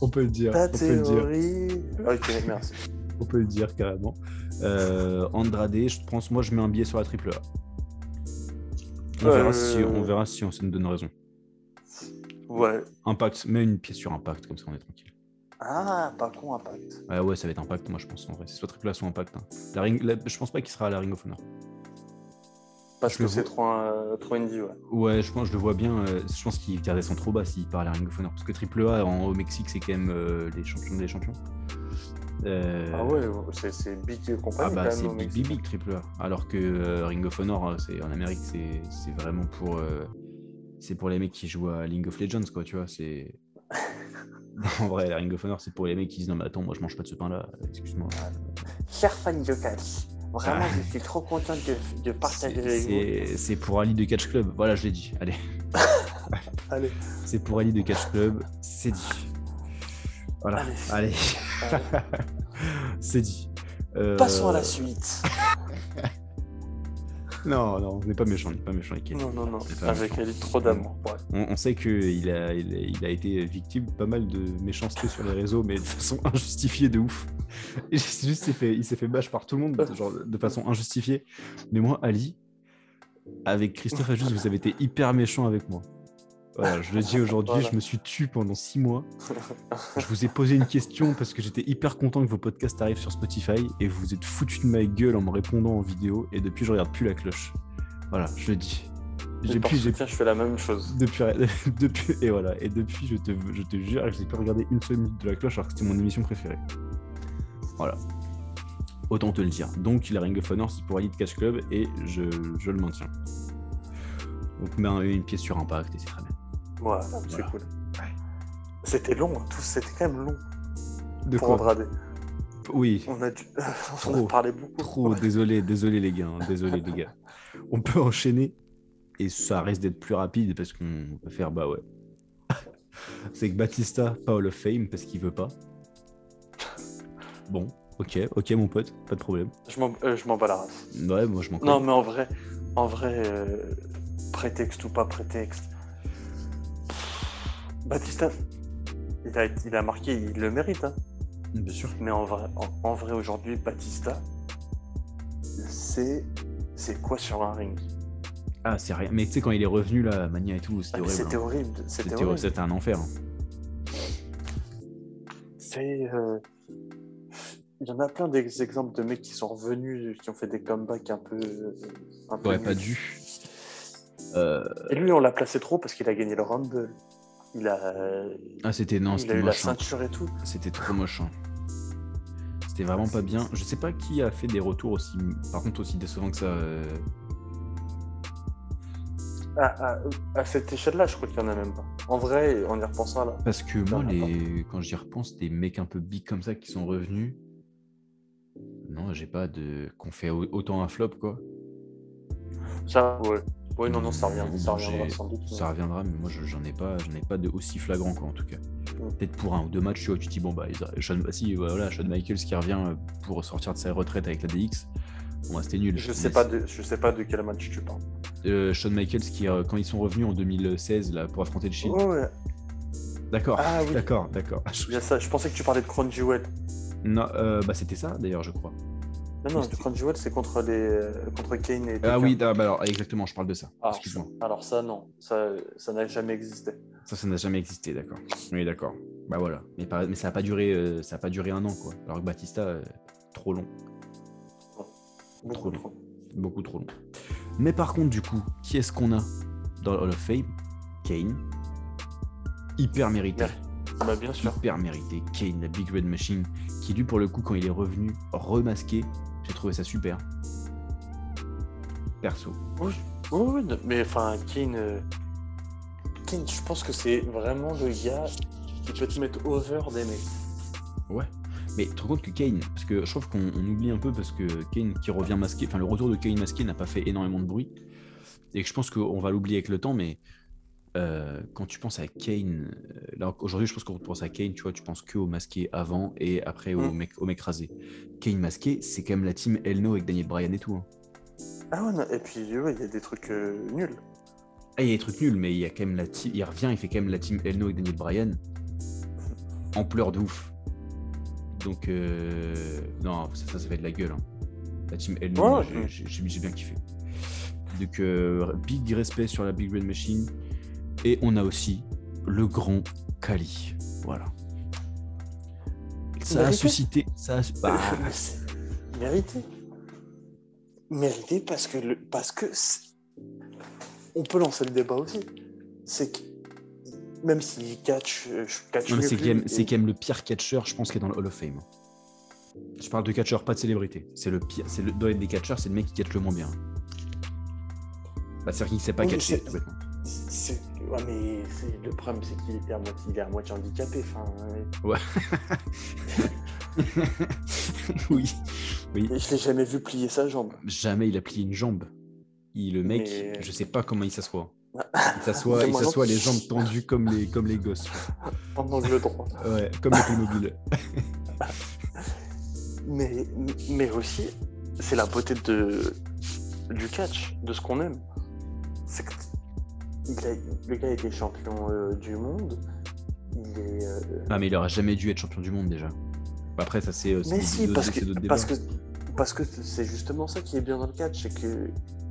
A: On peut le dire.
B: Ta théorie Ok, merci.
A: on peut le dire carrément. Euh, Andrade, je pense, moi je mets un billet sur la triple A. On,
B: Euh,
A: verra si, on verra si on- ça nous donne raison.
B: Ouais.
A: Impact, mets une pièce sur Impact, comme ça on est tranquille.
B: Ah, pas con, Impact.
A: Ouais, ouais, ça va être Impact, moi je pense, en vrai. C'est soit triple A, soit Impact. hein. La ring, la- je pense pas qu'il sera à la Ring of Honor.
B: Parce
A: Je
B: que
A: le
B: c'est
A: vois.
B: trop, euh, trop indie, ouais.
A: Ouais, je pense, je le vois bien. euh, je pense qu'il descend trop bas s'il part à la Ring of Honor. Parce que triple A en, au Mexique, c'est quand même euh, les champions des champions. Euh,
B: Ah ouais, c'est- c'est Big et
A: Ah
B: compagnie
A: bah
B: quand
A: c'est
B: même. au
A: big,
B: Mexique.
A: big big triple A. Alors que euh, Ring of Honor, euh, c'est en Amérique, c'est c'est vraiment pour euh, c'est pour les mecs qui jouent à League of Legends quoi, tu vois. C'est en vrai la Ring of Honor, c'est pour les mecs qui disent non mais attends, moi je mange pas de ce pain là. Excuse-moi.
B: Ah, Cher fan de catch, vraiment,
A: Ah.
B: je suis trop content de, de partager
A: C'est-
B: avec vous.
A: C'est c'est pour Ali de Catch Club. Voilà, je l'ai dit. Allez,
B: Allez,
A: c'est pour Ali de Catch Club. C'est dit. Voilà. Allez, Ah.
B: allez.
A: c'est dit. Euh,
B: Passons à la suite.
A: Non, non, on n'est pas méchant, on n'est pas méchant avec Ali.
B: Non, non, non.
A: C'est pas
B: Avec
A: méchant.
B: elle, trop d'amour. Ouais.
A: On, on sait qu'il a, il a, il a été victime pas mal de méchanceté sur les réseaux, mais de façon injustifiée de ouf. Et c'est juste, il s'est fait, il s'est fait bâche par tout le monde, genre de façon injustifiée. Mais moi, Ali, avec Christophe Ajus, vous avez été hyper méchant avec moi. Voilà, je le dis aujourd'hui,
B: Voilà.
A: je me suis tué pendant six mois. Je vous ai posé une question parce que j'étais hyper content que vos podcasts arrivent sur Spotify et vous vous êtes foutu de ma gueule en me répondant en vidéo. Et depuis, je regarde plus la cloche. Voilà, je le dis. J'ai
B: Et par
A: plus, j'ai
B: soutien, je fais la même chose.
A: depuis, depuis- et voilà. Et depuis, je te, je te jure que j'ai pas regardé une seule minute de la cloche alors que c'était mon émission préférée. Voilà. Autant te le dire. Donc, la Ring of Honor, c'est pour Ali de Cash Club et je, je le maintiens. Donc, mets un- une pièce sur impact et c'est très bien.
B: Ouais, c'est
A: Ah, Voilà.
B: cool. C'était long, hein, tout- c'était quand même long
A: De
B: pour Andrade.
A: Oui.
B: On a, dû... on
A: Trop.
B: a parlé beaucoup.
A: Trop désolé, désolé les gars. hein, désolé les gars. On peut enchaîner et ça risque d'être plus rapide parce qu'on va faire bah ouais. C'est que Batista, pas Hall of Fame parce qu'il veut pas. Bon, ok, ok mon pote, pas de problème.
B: Je m'en euh, je m'en bats la race.
A: Ouais, moi je m'en
B: Non,
A: colle.
B: mais en vrai, en vrai euh, prétexte ou pas prétexte, Batista, il a, il a marqué, il le mérite. hein.
A: Bien sûr.
B: Mais en vrai, en, en vrai aujourd'hui, Batista, c'est c'est quoi sur un ring
A: Ah, c'est rien. Mais tu sais, quand il est revenu là, Mania et tout, c'était
B: Ah, mais
A: horrible.
B: C'était
A: hein.
B: horrible. C'était
A: C'était
B: horrible.
A: c'était un enfer. hein.
B: C'est. euh, Il y en a plein des exemples de mecs qui sont revenus, qui ont fait des comebacks un peu. euh, Un peu
A: J'aurais pas
B: nuls.
A: dû. Euh,
B: Et lui, on l'a placé trop parce qu'il a gagné le Rumble. Il a,
A: Ah, c'était non,
B: il a
A: c'était
B: eu la
A: moche. hein.
B: ceinture et tout.
A: C'était trop moche. hein. C'était vraiment pas bien. Je sais pas qui a fait des retours aussi, par contre aussi décevants que ça. euh,
B: À, à- à cette échelle-là, je crois qu'il y en a même pas. En vrai, en y repensant là.
A: Parce que moi,
B: Non,
A: les... quand j'y repense, des mecs un peu big comme ça qui sont revenus, non, j'ai pas de. qu'on fait au- autant un flop, quoi.
B: Ça, ouais. Oui, non, non, ça revient,
A: Non,
B: ça reviendra
A: j'ai-
B: sans doute. mais-
A: Ça reviendra, mais moi, je- j'en ai pas, j'en ai pas de aussi flagrant, quoi, en tout cas.
B: Ouais.
A: Peut-être pour un ou deux matchs, tu vois, tu te dis, bon, bah, ils a- Shawn... si, voilà, Shawn Michaels qui revient euh, pour sortir de sa retraite avec la DX, bon, bah, c'était nul.
B: Je
A: Mais
B: sais, pas de, je sais pas de quel match tu parles.
A: euh, Shawn Michaels qui, euh, quand ils sont revenus en 2016 là, pour affronter le Shield.
B: Ouais, ouais.
A: D'accord,
B: Ah oui.
A: d'accord, d'accord.
B: Il y a ça. Je pensais que tu parlais de Crown Jewel.
A: Non, euh, bah c'était ça d'ailleurs, je crois.
B: Non, non, Crown Jewel, c'est contre, les... euh, contre Kane et.
A: Ah
B: Taker.
A: oui, ah, bah alors exactement, je parle de ça.
B: Ah.
A: Excuse-moi.
B: Alors ça, non. Ça, ça n'a jamais existé.
A: Ça, ça n'a jamais existé, d'accord. Oui, d'accord. Bah voilà. Mais, pas- mais ça n'a pas duré, euh, ça a pas duré un an, quoi. Alors que Batista, euh, trop long,
B: Beaucoup
A: long.
B: trop.
A: beaucoup trop long. Mais par contre, du coup, qui est-ce qu'on a dans le Hall of Fame Kane. Hyper mérité.
B: Bah, bien sûr.
A: Hyper mérité. Kane, la Big Red Machine, qui lui, pour le coup, quand il est revenu remasqué, j'ai trouvé ça super. Perso.
B: Oui, oui, de- mais enfin, Kane. euh, Kane, je pense que c'est vraiment le gars qui peut te mettre over des mecs.
A: Ouais. Mais tu te rends compte que Kane, parce que je trouve qu'on on oublie un peu parce que Kane qui revient masqué, enfin le retour de Kane masqué n'a pas fait énormément de bruit. Et que je pense qu'on va l'oublier avec le temps, mais euh, quand tu penses à Kane, euh, là aujourd'hui je pense qu'on pense à Kane, tu vois, tu penses que au masqué avant et après au
B: Mm.
A: mec au mec rasé. Kane masqué, c'est quand même la team Elno avec Daniel Bryan et tout. hein.
B: Ah ouais, non, et puis ouais, il y a des trucs euh, nuls.
A: Ah, il y a des trucs nuls, mais il y a quand même la team. Il revient, il fait quand même la team Elno et Daniel Bryan. Ampleur de ouf. Donc, euh, non, ça, ça, ça va être la gueule. hein. La team Elno,
B: Ouais,
A: moi,
B: ouais.
A: j'ai- j'ai j'ai- j'ai bien kiffé. Donc, euh, big respect sur la Big Red Machine. Et on a aussi le grand Kali. Voilà. Ça a
B: Mérité.
A: suscité. Ça a, bah,
B: Mais c'est mérité. Mérité parce que le... parce que c'est- on peut lancer le débat aussi. C'est que même s'il catch, euh, je catch
A: non, mais
B: mieux
A: c'est
B: que
A: quand, même-
B: lui,
A: c'est
B: et-
A: quand même le pire catcheur, je pense, qui est dans le Hall of Fame. Je parle de catcheur, pas de célébrité. C'est le pire. C'est le, dans les des catcheurs, c'est le mec qui catch le moins bien. Bah, c'est-à-dire qu'il ne sait pas
B: Oui, mais
A: catcher.
B: c'est-
A: tout bêtement.
B: c'est- ouais, mais c'est- le problème c'est qu'il était à moitié, il est à moitié handicapé. Enfin, euh,
A: oui.
B: je l'ai jamais vu plier sa jambe.
A: Jamais il a plié une jambe. Il, le mec,
B: Mais- euh,
A: je sais pas comment il s'assoit. Il s'assoit,
B: C'est
A: il
B: marrant.
A: s'assoit les jambes tendues comme les, comme les gosses.
B: En angle droit.
A: Ouais, comme les automobiles.
B: Mais, mais aussi, c'est la beauté de, du catch, de ce qu'on aime. C'est que il a- le gars était champion euh, du monde. Il est. euh,
A: Ah, mais il aurait jamais dû être champion du monde déjà. Après, ça c'est. euh, c'est
B: mais
A: d'autres-
B: si,
A: d'autres-
B: parce
A: c'est d'autres
B: que,
A: débats.
B: parce que parce que c'est justement ça qui est bien dans le catch, c'est que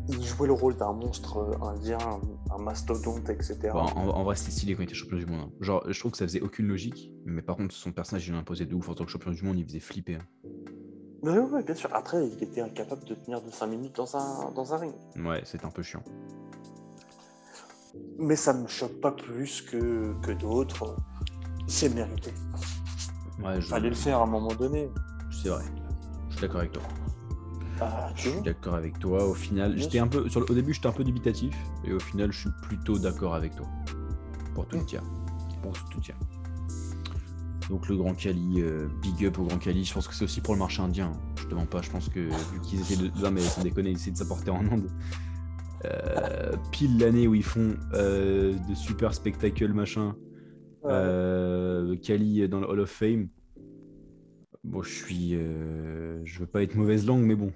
B: il jouait le rôle d'un monstre euh, indien, un, un mastodonte, etc.
A: Bon, Bah, en, en vrai, c'était stylé quand il était champion du monde. hein. Genre, je trouve que ça faisait aucune logique, mais par contre, son personnage, il l'a imposé de ouf. En tant que champion du monde, il faisait flipper. hein.
B: Mais ouais, ouais, bien sûr. Après, il était incapable de tenir de 5 minutes dans un dans un ring.
A: Ouais, c'était un peu chiant.
B: Mais ça me choque pas plus que que d'autres. C'est mérité.
A: Ouais, je-
B: Fallait le faire à un moment donné.
A: c'est vrai. Je suis d'accord avec toi.
B: Ah,
A: Je suis d'accord avec toi. Au final,
B: Bien
A: j'étais
B: sûr.
A: un peu. Sur le- au début, j'étais un peu dubitatif, et au final, je suis plutôt d'accord avec toi. Pour tout
B: Mm.
A: dire. Pour tout dire. Donc, le Grand Cali, euh, big up au Grand Cali. Je pense que c'est aussi pour le marché indien. hein. Je te mens pas. Je pense que vu qu'ils étaient de. Non, mais sans déconner, ils essaient de s'apporter en Inde. Euh, pile l'année où ils font euh, de super spectacles machin, euh, Kali dans le Hall of Fame. Bon, je suis, euh, je veux pas être mauvaise langue, mais bon,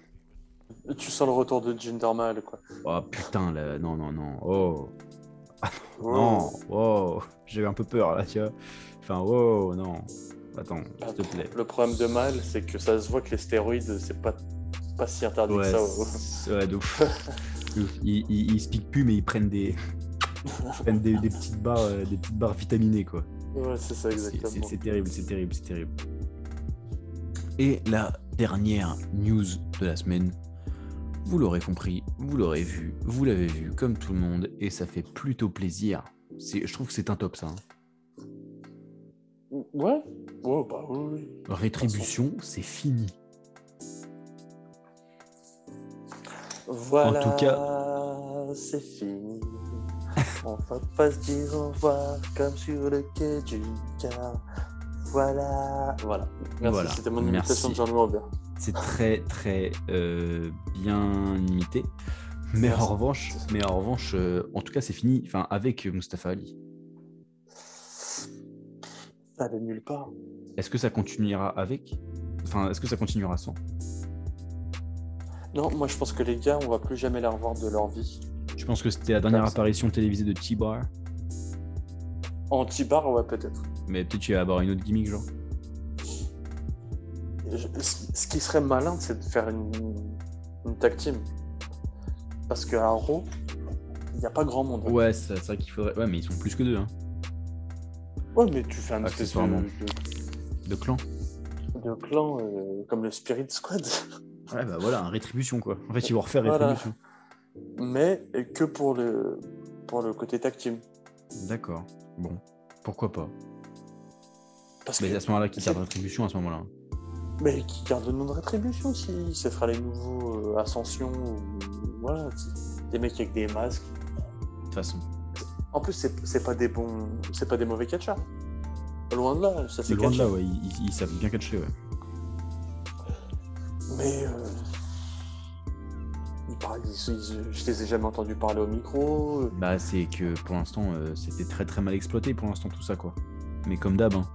B: euh, Tu sens le retour de Jinder Mahal, quoi.
A: Oh putain, là, non, non, non. Oh, non, oh, j'ai eu un peu peur là, tu vois. Enfin, oh, non. Attends, s'il te plaît.
B: Le problème de Mahal, c'est que ça se voit que les stéroïdes, c'est pas, pas si interdit
A: Ouais,
B: que ça. ouais.
A: c'est- ouais, de ouf. De ouf. Ils, ils, ils se piquent plus, mais ils prennent des, ils prennent des, des petites barres, euh, des petites barres vitaminées, quoi.
B: Ouais, c'est ça,
A: C'est- c'est-
B: exactement.
A: C'est terrible, c'est terrible, c'est terrible. Et la dernière news de la semaine, vous l'aurez compris, vous l'aurez vu, vous l'avez vu comme tout le monde, et ça fait plutôt plaisir. C'est- Je trouve que c'est un top ça. hein.
B: Ouais Ouais, bah oui. oui.
A: Rétribution, c'est fini.
B: Voilà.
A: En tout
B: C'est fini. On va pas se dire au revoir comme sur le quai du car. Voilà. Voilà. Merci,
A: Voilà.
B: c'était mon
A: Merci.
B: imitation de Jean-Louis Aubert.
A: C'est très très euh, bien imité. Mais en
B: Merci.
A: revanche, mais en revanche, euh, en tout cas, c'est fini. Enfin, avec Mustafa Ali.
B: Ça allait nulle part.
A: Est-ce que ça continuera avec Enfin, est-ce que ça continuera sans
B: Non, moi je pense que les gars, on va plus jamais les revoir de leur vie.
A: Je pense que c'était la dernière
B: Comme ça.
A: apparition télévisée de T-Bar.
B: Anti-bar, ouais, peut-être.
A: Mais peut-être qu'il va avoir une autre gimmick, genre.
B: Je- Ce ce qui serait malin, c'est de faire une, une tag team. Parce qu'à Raw, il n'y a pas grand monde.
A: Ouais, c'est c'est vrai qu'il faudrait. Ouais, mais ils sont plus que deux, hein.
B: Ouais, mais tu fais un espèce de,
A: Ah, Accessoirement. De clan.
B: de- de clan euh, comme le Spirit Squad,
A: Ouais, bah voilà, un rétribution, quoi. En fait, ils vont refaire
B: Voilà.
A: rétribution.
B: mais que pour le, pour le côté tag team.
A: D'accord. Bon. Pourquoi pas
B: Parce
A: Mais
B: que-
A: à ce moment-là, qui garde rétribution à ce moment-là hein,
B: mais qui garde le nom de rétribution si ce sera les nouveaux euh, Ascension, ou- voilà, c'est des mecs avec des masques.
A: De toute façon.
B: En plus, c'est c'est pas des bons, c'est pas des mauvais catcheurs. Loin de là, ça
A: C'est
B: c'est
A: loin de
B: catché.
A: là, ouais. Ils, ils- ils savent bien catcher, ouais.
B: Mais euh, ils parlent- ils- ils- je les ai jamais entendus parler au micro. euh,
A: Bah, c'est que pour l'instant, euh, c'était très très mal exploité pour l'instant, tout ça, quoi. Mais comme d'hab, hein.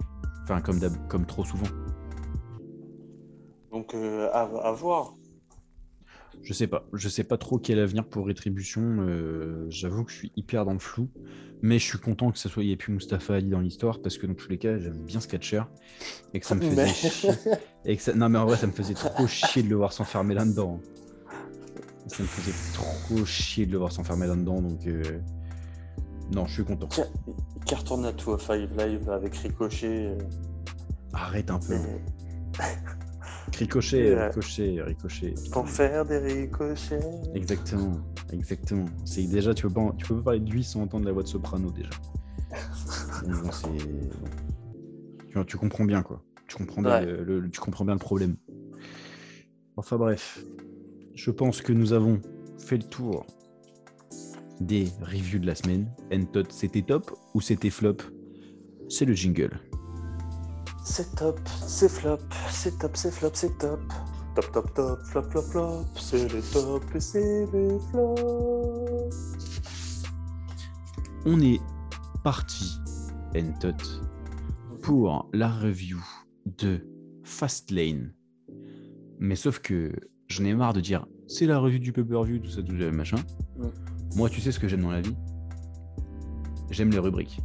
A: Enfin, comme d'hab, comme trop souvent.
B: Donc euh, à, à voir.
A: Je sais pas. Je sais pas trop quel avenir pour Rétribution. euh, J'avoue que je suis hyper dans le flou. Mais je suis content que ça soit, il n'y ait plus Mustafa Ali dans l'histoire parce que dans tous les cas, j'aime bien Sketcher. Et que ça me faisait
B: Mais-
A: chier. Et que ça- Non, mais en vrai, ça me faisait trop chier de le voir s'enfermer là-dedans. hein. Ça me faisait trop chier de le voir s'enfermer là-dedans. Donc, euh, non, je suis content.
B: Qui, qui retourne à tout à Five Live avec Ricochet. euh,
A: Arrête un peu.
B: euh,
A: Ricochet,
B: Ouais.
A: ricochet, ricochet.
B: pour faire des ricochets.
A: Exactement, exactement. C'est déjà, tu peux pas, en- tu peux pas parler de lui sans entendre la voix de soprano déjà. Donc bon, c'est- tu, tu comprends bien quoi. Tu comprends bien,
B: Ouais.
A: le, le- tu comprends bien le problème. Enfin bref, je pense que nous avons fait le tour des reviews de la semaine. Entot, c'était top ou c'était flop C'est le jingle.
B: C'est top, c'est flop, c'est top, c'est flop, c'est top. Top, top, top, flop, flop, flop. C'est les top et c'est les flops.
A: on est parti, Entot, pour la review de Fastlane. Mais sauf que j'en ai marre de dire c'est la review du pay-per-view, tout ça, tout ça, machin.
B: Mm.
A: Moi, tu sais ce que j'aime dans la vie J'aime les rubriques.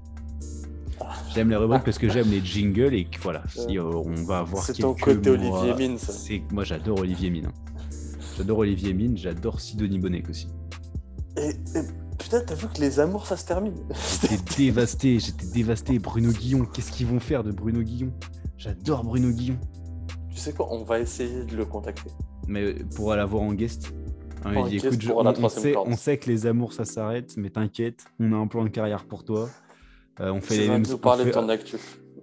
A: J'aime les rubriques parce que j'aime les jingles et que voilà, si, euh, on va avoir
B: C'est ton
A: quelques
B: côté
A: mois-
B: Olivier Mine, ça.
A: C'est moi j'adore Olivier Mine. hein. J'adore Olivier Mine, j'adore Sidonie Bonnet aussi.
B: Et, et putain, t'as vu que les amours, ça se termine.
A: J'étais dévasté, j'étais dévasté. Bruno Guillon, qu'est-ce qu'ils vont faire de Bruno Guillon J'adore Bruno Guillon.
B: tu sais quoi, on va essayer de le contacter.
A: Mais pour aller voir en guest, hein, il
B: En
A: dit,
B: guest
A: écoute, je-
B: pour
A: on,
B: la
A: on
B: troisième
A: sait,
B: corde.
A: on sait que les amours ça s'arrête, mais t'inquiète, on a un plan de carrière pour toi. Euh, on, fait
B: Tu
A: les
B: vas
A: mêmes,
B: nous
A: on,
B: parler de
A: fait,
B: ton actu.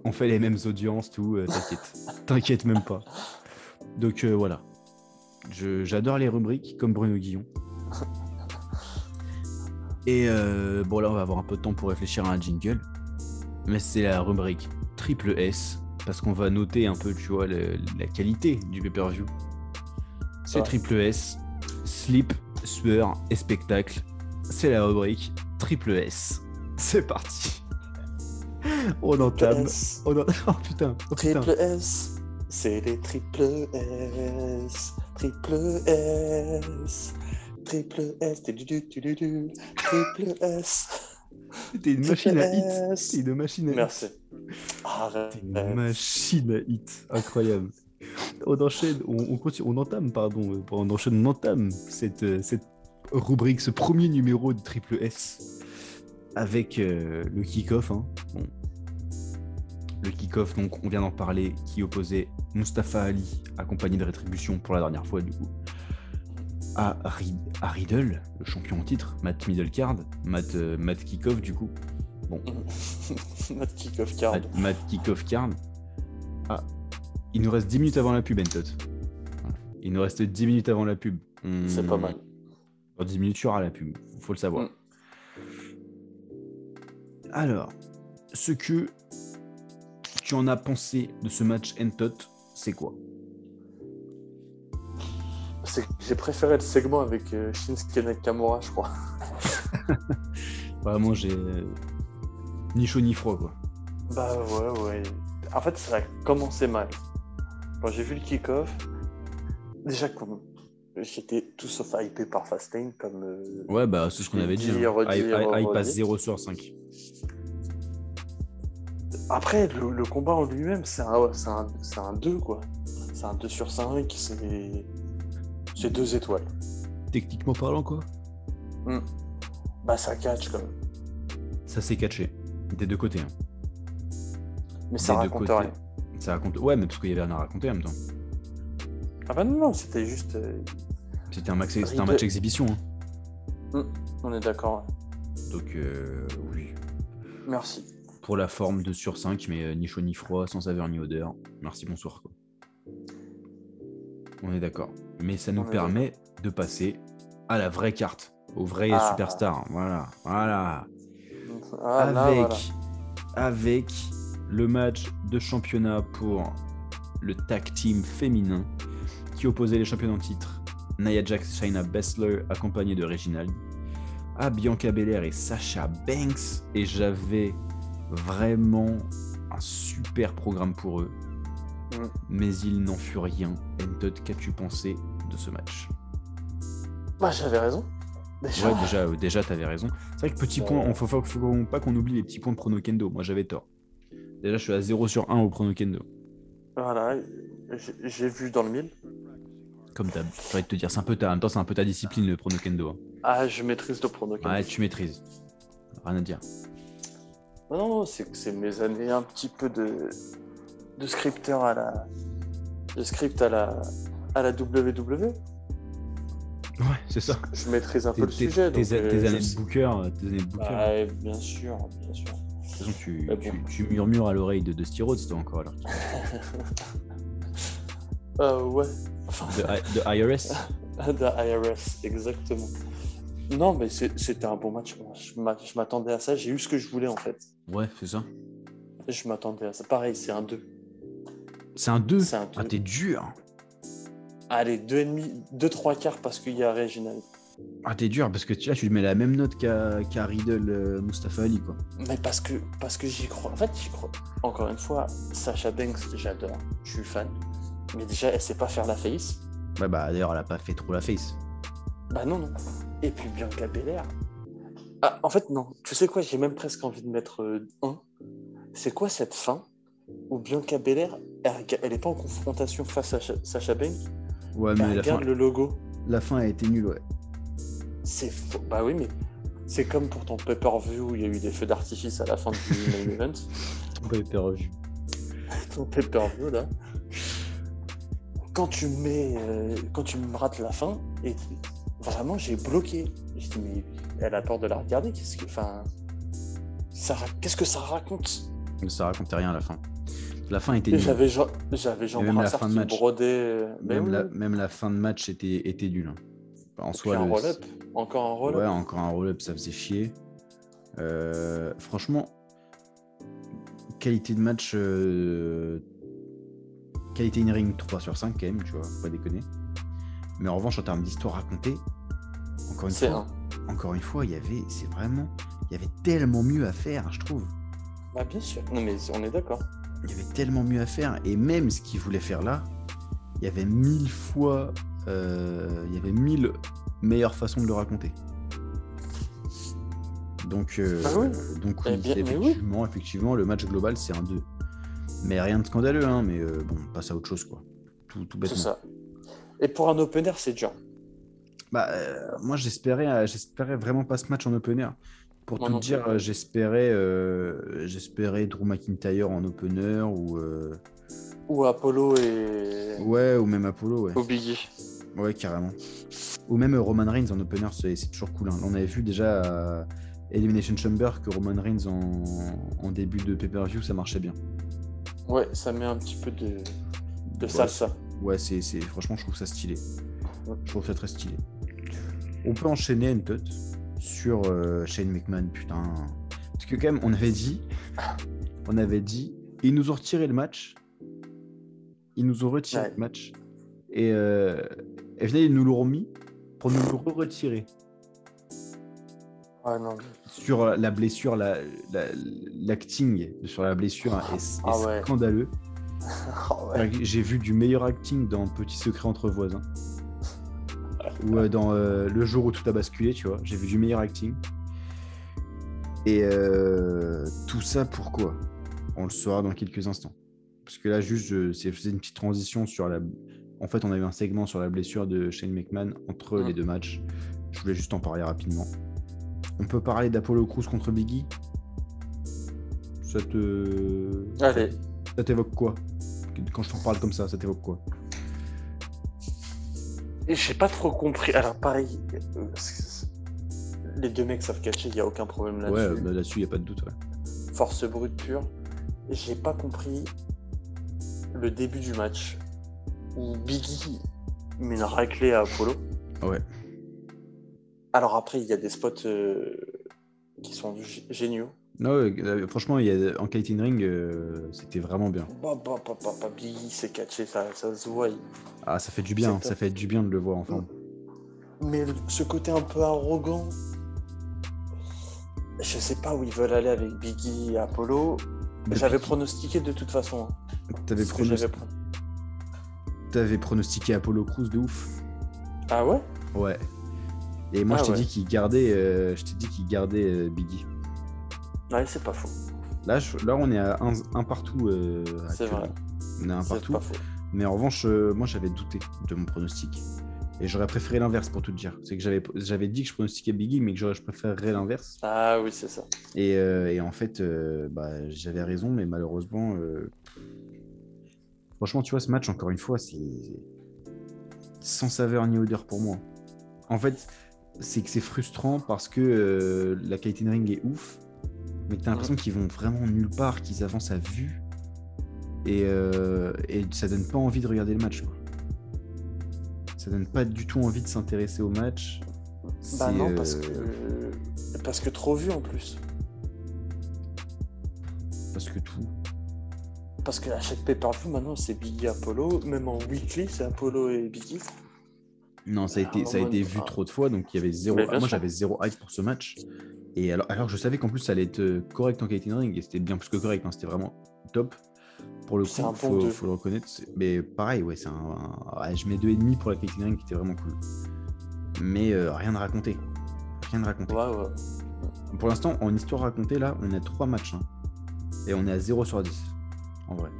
A: on fait les mêmes audiences, tout, euh, t'inquiète. t'inquiète même pas. Donc euh, voilà. Je- J'adore les rubriques comme Bruno Guillon. Et euh, bon, là, on va avoir un peu de temps pour réfléchir à un jingle. Mais c'est la rubrique triple S, parce qu'on va noter un peu, tu vois, le- la qualité du pay-per-view. C'est
B: Ouais.
A: triple S, slip, sueur et spectacle. C'est la rubrique triple S. C'est parti. On entame.
B: Triple S,
A: On en- Oh putain, oh putain.
B: Triple S, c'est les triple S, triple S, triple S, du- du- du- du- du, triple S,
A: T'es une machine
B: triple
A: à hit. T'es
B: S.
A: une machine à hit.
B: Merci. Arrête. Euh,
A: T'es une machine à hit, incroyable. On enchaîne, on, on continue, on entame, pardon, euh, on enchaîne, on entame cette, euh, cette rubrique, ce premier numéro de Triple S avec euh, le kick-off. hein. Bon. Le kick-off, donc on vient d'en parler, qui opposait Mustafa Ali, accompagné de Rétribution pour la dernière fois du coup, à, Ri- à Riddle, le champion en titre, Matt Middlecard, Matt, euh, Matt Kickoff du coup. Bon,
B: Notre kick-off card.
A: Matt, Matt Kickoff Carn. Ah, il nous reste 10 minutes avant la pub, Entot. Voilà. Il nous reste 10 minutes avant la pub. On-
B: C'est pas mal.
A: Dans 10 minutes, tu auras la pub. Faut le savoir.
B: Mm.
A: Alors, ce que tu en as pensé de ce match Entot, c'est quoi
B: C'est que J'ai préféré le segment avec euh, Shinsuke Nakamura, je crois.
A: Vraiment, j'ai euh, ni chaud ni froid, quoi.
B: Bah ouais, ouais. En fait, ça a commencé mal. Quand j'ai vu le kick-off, déjà, comme- J'étais tout sauf hypé par Fastlane, comme. euh,
A: Ouais, bah, c'est ce qu'on avait dit.
B: Redire,
A: hein. Ah, il-
B: redire,
A: ah, il passe
B: redire.
A: 0 sur 5.
B: Après, le, le combat en lui-même, c'est un, c'est un, c'est un 2, quoi. C'est un 2 sur 5, c'est. C'est 2 étoiles.
A: Techniquement parlant, quoi.
B: Bah, ça catch, quand même.
A: Ça s'est catché. Des deux côtés. hein.
B: Mais ça
A: Des deux
B: raconte
A: côtés.
B: rien.
A: Ça raconte... Ouais, mais parce qu'il y avait rien à raconter en même temps.
B: Ah, bah non, non, c'était juste. euh,
A: C'était un, max... c'était un
B: Rideau.
A: match exhibition. hein.
B: On est d'accord. ouais.
A: Donc, euh, oui.
B: Merci.
A: Pour la forme, 2 sur 5, mais euh, ni chaud ni froid, sans saveur ni odeur. Merci, bonsoir. Quoi. On est d'accord. Mais ça nous
B: On est
A: permet de passer à la vraie carte, au vrai
B: Ah.
A: superstar. Voilà, voilà.
B: Ah, là,
A: avec,
B: voilà.
A: avec le match de championnat pour le tag team féminin qui opposait les championnes en titre Nia Jax et Shayna Baszler accompagnée de Reginald à Bianca Belair et Sasha Banks et j'avais vraiment un super programme pour eux
B: Mm.
A: mais il n'en fut rien Entot qu'as-tu pensé de ce match
B: Bah, j'avais raison. Déjà.
A: Ouais, déjà, euh, déjà t'avais raison. C'est vrai que petit point,
B: Ouais.
A: on faut, faut- faut pas qu'on oublie les petits points de Prono Kendo. Moi, j'avais tort. Déjà, je suis à 0 sur 1 au Prono Kendo.
B: Voilà, j'ai j'ai vu dans le mille.
A: Comme d'hab. J'ai envie de te dire, c'est un peu ta, en même temps, c'est un peu ta discipline, le Prono Kendo. hein.
B: Ah, je maîtrise le pronostic.
A: Ouais, tu maîtrises. Rien à dire.
B: Non, Ah non, non, c'est que c'est mes années un petit peu de, de scripteur à la. de script à la. à la WW.
A: Ouais, c'est ça.
B: Je maîtrise un
A: Tes
B: peu le sujet.
A: tes-
B: donc,
A: tes
B: euh, je
A: années de
B: sais-
A: booker, euh, tes années de booker.
B: Ah, ouais, bien sûr, bien sûr.
A: De toute façon, tu,
B: mais bon.
A: tu- tu murmures à l'oreille de, de Styrodes, toi, encore, alors.
B: Euh, ouais,
A: De, I- de IRS.
B: de IRS, exactement. Non, mais c'est- c'était un bon match. moi. Je m'a- je m'attendais à ça, j'ai eu ce que je voulais en fait.
A: Ouais, c'est ça.
B: Je m'attendais à ça. Pareil, c'est un 2.
A: C'est un 2.
B: C'est un
A: Ah,
B: 2.
A: t'es dur.
B: Allez, 2,5, 2-3 quarts parce qu'il y a Reginald.
A: Ah, t'es dur, parce que tu- là, tu lui mets la même note qu'à qu'à Riddle euh, Mustafa Ali, quoi.
B: Mais parce que parce que j'y crois. En fait, j'y crois. Encore une fois, Sacha Banks, j'adore. Je suis fan. Mais déjà, elle sait pas faire la face.
A: Ouais, bah, d'ailleurs, elle a pas fait trop la face.
B: Bah non, non. Et puis Bianca Belair. Ah, en fait, non. Tu sais quoi J'ai même presque envie de mettre 1. C'est quoi cette fin où Bianca Belair, elle, rega- elle est pas en confrontation face à Cha- Sacha Banks
A: Ouais, mais la
B: Elle
A: fin,
B: Bah, regarde le logo.
A: la fin a été nulle, ouais.
B: C'est faux. Bah oui, mais c'est comme pour ton pay-per-view où il y a eu des feux d'artifice à la fin du main event. ton pay-per-view là. Quand tu mets, euh, quand tu me rates la fin, et vraiment j'ai bloqué. Je dis mais elle a peur de la regarder. Qu'est-ce que, enfin, ça, ra- qu'est-ce que ça raconte
A: Mais ça racontait rien à la fin. La fin était
B: Et
A: nulle.
B: J'avais Jean, j'avais Jean
A: Et même la
B: Brassard
A: fin de
B: qui
A: match.
B: brodait. euh, mais
A: Même,
B: oui,
A: la,
B: oui.
A: même la fin de match était, était nulle. hein. En
B: Puis
A: soi,
B: un
A: le-
B: roll-up, encore un roll-up.
A: ouais, encore un roll-up, ça faisait chier. Euh, franchement, qualité de match, euh, qualité in-ring 3 sur 5 quand même, tu vois, faut pas déconner. Mais en revanche, en termes d'histoire racontée, encore une
B: c'est
A: fois,
B: un.
A: encore une fois, il y avait, c'est vraiment, il y avait tellement mieux à faire, je trouve.
B: Bah bien sûr. Non mais on est d'accord.
A: il y avait tellement mieux à faire et même ce qu'il voulait faire là il y avait mille fois euh, il y avait mille meilleures façons de le raconter donc euh,
B: Ah oui.
A: donc
B: Eh
A: oui,
B: bien, mais oui.
A: effectivement, effectivement le match global c'est un 2 mais rien de scandaleux hein, mais euh, bon on passe à autre chose quoi tout, tout
B: C'est
A: bêtement
B: ça. Et pour un open air, c'est dur.
A: bah, euh, moi, j'espérais, euh, j'espérais vraiment pas ce match en opener. Pour
B: Moi
A: tout
B: non
A: te dire,
B: plus.
A: euh, j'espérais, euh, j'espérais Drew McIntyre en opener ou euh,
B: Ou Apollo et
A: ouais, ou même Apollo, ouais.
B: ou Biggie.
A: Ouais, carrément. Ou même euh, Roman Reigns en opener, c'est c'est toujours cool. hein. On avait vu déjà à Elimination Chamber que Roman Reigns en, en début de pay-per-view, ça marchait bien.
B: Ouais, ça met un petit peu de, de
A: Ouais,
B: salsa.
A: Ouais, c'est c'est- franchement, je trouve ça stylé. Je trouve ça très stylé. On peut enchaîner une tot sur euh, Shane McMahon, putain. Parce que quand même, on avait dit, on avait dit, ils nous ont retiré le match. Ils nous ont retiré
B: Ouais.
A: le match. Et, euh, et finalement, ils nous l'ont remis pour nous le retirer.
B: Ah non.
A: sur la blessure, la- la- l'acting sur la blessure hein, est, est
B: Ah ouais.
A: scandaleux.
B: Ah ouais.
A: J'ai vu du meilleur acting dans Petit Secret entre voisins. Ou euh, dans euh, Le jour où tout a basculé, tu vois. J'ai vu du meilleur acting. Et euh, tout ça pourquoi On le saura dans quelques instants. Parce que là, juste, je c'est- je faisais une petite transition sur la. En fait, on a eu un segment sur la blessure de Shane McMahon entre
B: Mhm.
A: les deux matchs. Je voulais juste en parler rapidement. On peut parler d'Apollo Cruz contre Biggie. Ça te.
B: Allez.
A: Ça t'évoque quoi Quand je t'en parle comme ça, ça t'évoque quoi
B: Et j'ai pas trop compris. Alors, pareil, euh, c'est- c'est- les deux mecs savent catcher, il n'y a aucun problème là-dessus.
A: Ouais, bah, là-dessus, il n'y a pas de doute. ouais.
B: Force brute pure. Et J'ai pas compris le début du match où Biggie met une raclée à Apollo.
A: Ouais.
B: Alors, après, il y a des spots euh, qui sont gé- géniaux.
A: Non, ouais, euh, franchement, il y a- en Kate in Ring, euh, c'était vraiment bien.
B: Bah, bah, bah, bah, bah, Biggie s'est catché, ça, ça se voit. il-
A: Ah, ça fait du bien,
B: C'est
A: hein, ça
B: top.
A: fait du bien de le voir en forme.
B: Mais le- ce côté un peu arrogant, je sais pas où ils veulent aller avec Biggie et Apollo.
A: Depuis-
B: J'avais pronostiqué de toute façon. hein,
A: T'avais
B: ce que
A: pronos-
B: j'avais pro-
A: t'avais pronostiqué Apollo Cruz de ouf.
B: Ah ouais
A: Ouais. Et moi,
B: Ah,
A: je t'ai
B: ouais.
A: dit qu'il gardait, euh, je t'ai dit qu'il gardait euh, Biggie.
B: Ouais, c'est pas faux.
A: Là, je- là, on est à un, un partout. euh,
B: C'est
A: actuellement.
B: vrai.
A: On est à un
B: C'est
A: partout.
B: pas faux.
A: Mais en revanche, euh, moi, j'avais douté de mon pronostic. Et j'aurais préféré l'inverse pour tout te dire. C'est que j'avais j'avais dit que je pronostiquais Biggie, mais que j'aurais- je préférerais l'inverse.
B: Ah oui, c'est ça.
A: Et, euh, et en fait, euh, bah, j'avais raison, mais malheureusement, euh, franchement, tu vois, ce match, encore une fois, c'est sans saveur ni odeur pour moi. En fait, c'est que c'est frustrant parce que euh, la qualité de ring est ouf, mais que t'as l'impression qu'ils vont vraiment nulle part, qu'ils avancent à vue, et, euh, et ça donne pas envie de regarder le match. Quoi. Ça donne pas du tout envie de s'intéresser au match.
B: Bah
A: C'est,
B: non, parce
A: euh,
B: que. Parce que trop vu en plus.
A: parce que tout.
B: Parce que à chaque pay-per-view, maintenant, c'est Biggie Apollo. Même en weekly, c'est Apollo et Biggie.
A: Non, ça a
B: Ah,
A: été, ça a
B: ouais,
A: été
B: bah.
A: vu trop de fois, donc il y avait zéro.
B: Mais bien
A: Moi,
B: sûr.
A: j'avais zéro hype pour ce match. Et alors, alors que je savais qu'en plus, ça allait être euh, correct en Kate in Ring, et c'était bien plus que correct, hein, c'était vraiment top. Pour le coup,
B: C'est un bon
A: faut,
B: deux.
A: faut le reconnaître. c'est- Mais pareil, ouais, c'est un, un- ouais, je mets deux et demi pour la Kate in Ring, qui était vraiment cool. Mais euh, rien de raconter. Rien de raconter.
B: Ouais, ouais.
A: Pour l'instant, en histoire racontée, là, on a trois matchs. hein. et on est à 0 sur 10. En vrai.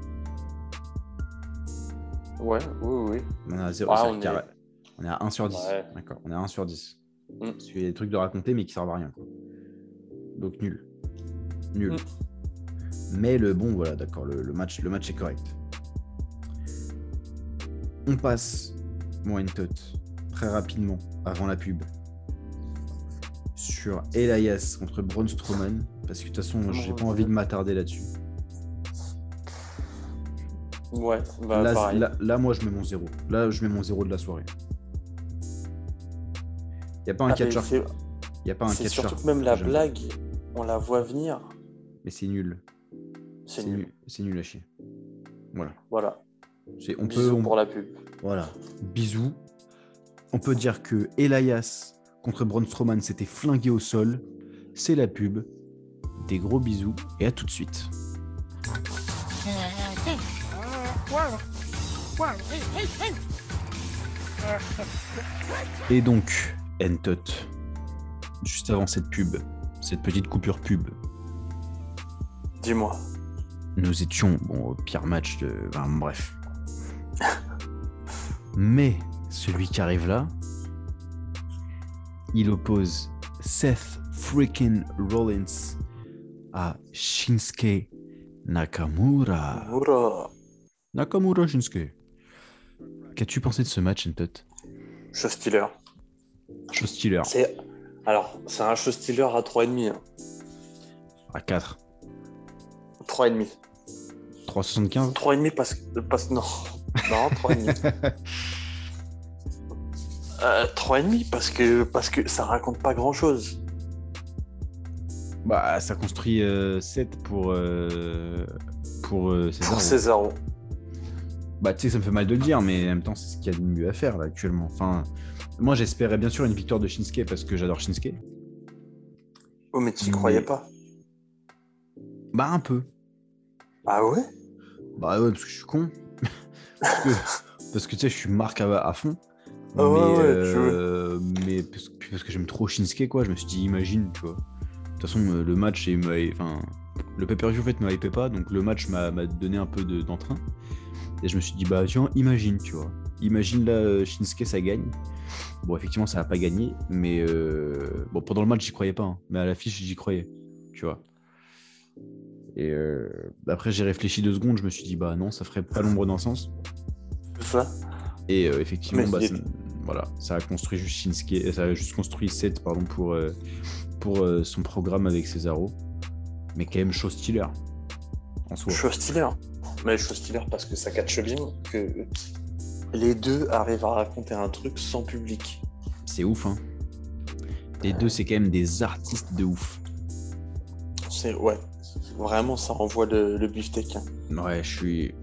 B: Ouais, oui, oui.
A: On est à 0
B: Ouais,
A: c'est
B: Ah, on est-
A: carré. on est à 1 sur 10.
B: Ouais.
A: D'accord. On est à 1 sur 10.
B: Mm.
A: Parce qu'il y a des trucs de raconter mais qui servent à rien. quoi. Donc nul. Nul.
B: Mm.
A: Mais le bon, voilà, d'accord, le, le match, le match est correct. On passe, mon Hentot, très rapidement, avant la pub, sur Elias contre Braun Strowman. Parce que de toute façon, j'ai
B: euh,
A: pas envie de m'attarder là-dessus.
B: Ouais, bah
A: là,
B: pareil.
A: là- là, moi, je mets mon zéro. Là, je mets mon zéro de la soirée. Il n'y a pas un
B: Ah, mais
A: catcheur.
B: c'est-
A: Il a pas un
B: C'est
A: catcheur.
B: surtout que même la
A: J'aime.
B: blague, on la voit venir.
A: Mais c'est nul.
B: C'est
A: C'est
B: nul.
A: nul. C'est nul à chier. Voilà.
B: Voilà.
A: C'est- On
B: Bisous
A: peut, on-
B: pour la pub.
A: Voilà. Bisous. On peut dire que Elias contre Braun Strowman s'était flingué au sol. C'est la pub. Des gros bisous et à tout de suite.
C: Wow. Wow. Hey, hey, hey.
A: Et donc, Entot, juste avant cette pub, cette petite coupure pub,
B: Dis-moi.
A: nous étions bon, au pire match de. enfin, bref. Mais celui qui arrive là, il oppose Seth freaking Rollins à Shinsuke Nakamura.
B: Oula.
A: Nakamura Shinsuke. Qu'as-tu pensé de ce match, Entot
B: Show stealer.
A: Show Stealer
B: C'est. Alors, c'est un show stealer à 3,5. hein.
A: à 4,
B: 3,5.
A: 375.
B: 3,5 parce que. Parce... Non. Non, 3,5. euh, 3,5 parce que... parce que ça raconte pas grand chose.
A: Bah, ça construit 7 pour. euh, pour euh, César,
B: Pour
A: ouais.
B: César.
A: Bah, tu sais, ça me fait mal de le dire, mais en même temps, c'est ce qu'il y a de mieux à faire là, actuellement. Enfin, moi, j'espérais bien sûr une victoire de Shinsuke parce que j'adore Shinsuke.
B: Oh, mais tu
A: Mais-
B: croyais pas.
A: Bah, un peu.
B: Ah ouais
A: Bah, ouais, parce que je suis con. parce que, parce que, tu sais, je suis marque à, à fond.
B: Ah ouais, ouais,
A: euh, euh, mais parce que, parce que j'aime trop Shinsuke, quoi. Je me suis dit, imagine, tu vois. De toute façon, euh, le match, et enfin, le pay-per-view, en fait, me hypait pas, donc le match m'a m'a donné un peu de- d'entrain. et je me suis dit, bah, tiens, imagine, tu vois. Imagine là, euh, Shinsuke, ça gagne. Bon, effectivement, ça n'a pas gagné, mais euh, bon, pendant le match, j'y croyais pas, hein, mais à l'affiche, j'y croyais, tu vois. Et euh, après, j'ai réfléchi deux secondes, je me suis dit, bah non, ça ferait pas l'ombre dans le sens.
B: C'est ça
A: Et euh, effectivement,
B: Mais
A: bah,
B: c'est-
A: ça, voilà, ça a construit juste Shinsuke, ça a juste construit Seth pardon, pour, euh, pour euh, son programme avec Cesaro. Mais quand même, show stealer. En soi.
B: Je suis Steeler. Mais je suis Steeler parce que ça catche bien que les deux arrivent à raconter un truc sans public.
A: C'est ouf, hein. Les deux, c'est quand même des artistes de ouf.
B: C'est ouais, c'est- vraiment ça renvoie le, le beefsteak. hein.
A: Ouais, je suis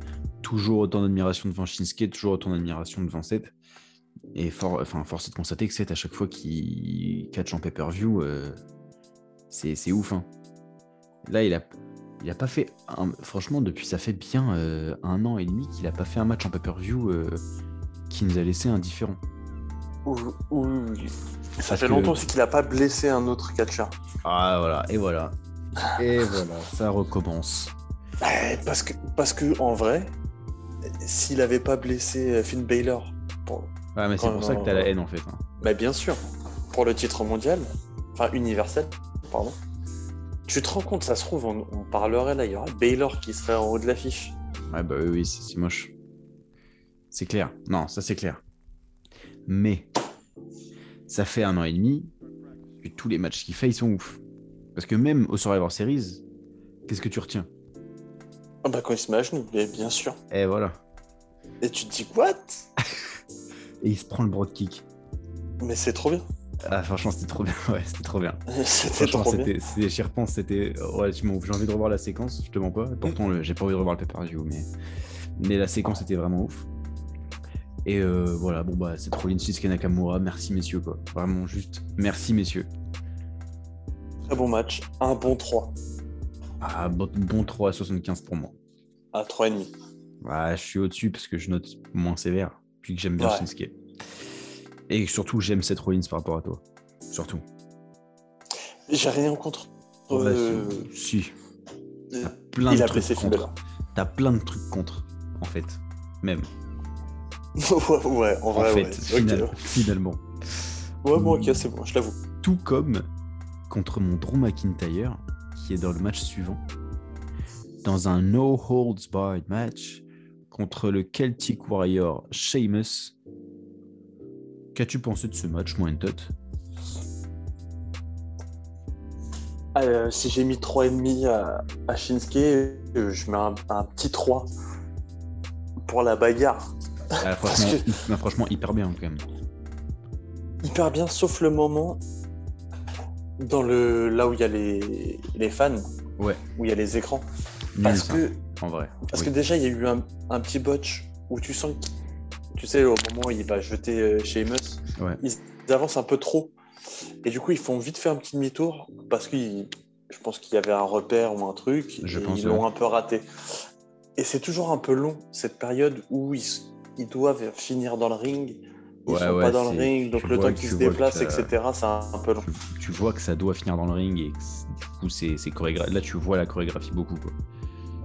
A: toujours autant d'admiration devant Shinsuke, toujours autant d'admiration devant Seth. Et for- enfin, force est de constater que Seth, à chaque fois qu'il catch en pay-per-view, euh, c'est c'est ouf. hein. Là, il a, il a pas fait. un- Franchement, depuis ça fait bien euh, un an et demi qu'il a pas fait un match en pay-per-view euh, qui nous a laissé indifférents.
B: Ouh, ouh, ouh. Ça
A: Parce
B: fait
A: que-
B: longtemps aussi qu'il a pas blessé un autre catcheur.
A: Ah voilà, et voilà. Et voilà, ça recommence.
B: Eh, Parce que, parce que en vrai, s'il avait pas blessé euh, Finn Balor, pour-
A: Ouais, mais c'est pour ça que t'as la haine en fait. hein.
B: bah bien sûr, pour le titre mondial, enfin universel, pardon. Tu te rends compte, ça se trouve, on, on parlerait là, il y aurait Baylor qui serait en haut de l'affiche.
A: Ouais, bah oui, oui, c'est c'est moche. C'est clair. Non, ça c'est clair. Mais ça fait un an et demi que tous les matchs qu'il fait, ils sont ouf. Parce que même au Survivor Series, qu'est-ce que tu retiens
B: Ah bah quand il se met à genoux, mais bien sûr.
A: Eh voilà.
B: Et tu te dis, what
A: Et il se prend le broad kick.
B: Mais c'est trop bien.
A: Ah, franchement, c'était trop bien. Ouais, c'était trop bien.
B: C'était
A: Franchement,
B: trop bien.
A: c'était, c'était- j'y repense, c'était relativement ouf. J'ai envie de revoir la séquence, je te mens pas. Pourtant,
B: Mm.
A: le- j'ai pas envie de revoir le pay-per-view, mais, mais la séquence était vraiment ouf. Et euh, voilà, bon bah, c'est Rollins, Shinsuke Nakamura, merci messieurs quoi. Vraiment juste, merci messieurs.
B: Très bon match. Un bon 3
A: Ah, bon, bon 3 à 75 pour moi.
B: à 3,5.
A: Ah, je suis au-dessus parce que je note moins sévère, puis que j'aime bien
B: Ouais.
A: Shinsuke. Et surtout, j'aime Seth Rollins par rapport à toi. Surtout.
B: J'ai rien contre.
A: Ouais,
B: euh,
A: c'est- Bah, si, t'as plein
B: il
A: de
B: a
A: trucs
B: blessé Finn
A: contre. T'as plein de trucs contre, en fait. Même. hein.
B: ouais, ouais, en
A: en
B: vrai,
A: fait,
B: ouais.
A: final-
B: Ok.
A: finalement.
B: Ouais, bon, ok, c'est bon, je l'avoue.
A: Tout comme contre mon Drew McIntyre, qui est dans le match suivant, dans un no holds barred match contre le Celtic Warrior Sheamus. Qu'as-tu pensé de ce match, moi, tot
B: Euh, si j'ai mis 3,5 à, à Shinsuke, euh, je mets un, un petit 3 pour la bagarre.
A: Ah,
B: Parce
A: franchement, hy- bah, franchement, hyper bien quand même.
B: Hyper bien, sauf le moment dans le là où il y a les, les fans,
A: Ouais.
B: où il y a les écrans.
A: Nul,
B: Parce
A: ça,
B: que
A: en vrai.
B: Parce
A: Oui.
B: que déjà, il y a eu un, un petit botch où tu sens que, tu sais, au moment où il va jeter euh, chez Amos,
A: Ouais.
B: ils avancent un peu trop. Et du coup, ils font vite faire un petit demi-tour parce que je pense qu'il y avait un repère ou un truc.
A: Je
B: et
A: pense,
B: ils l'ont
A: ouais.
B: un peu raté. Et c'est toujours un peu long, cette période où ils, s- ils doivent finir dans le ring. Ils
A: Ouais,
B: sont
A: ouais,
B: pas dans le
A: c'est-
B: ring, donc
A: tu
B: le
A: vois
B: temps
A: que
B: qu'ils
A: tu
B: se
A: vois que
B: déplacent,
A: ça-
B: etc., c'est un, un peu long.
A: tu, tu vois que ça doit finir dans le ring et que c- du coup, c'est c'est chorégra- là, tu vois la chorégraphie beaucoup. Quoi.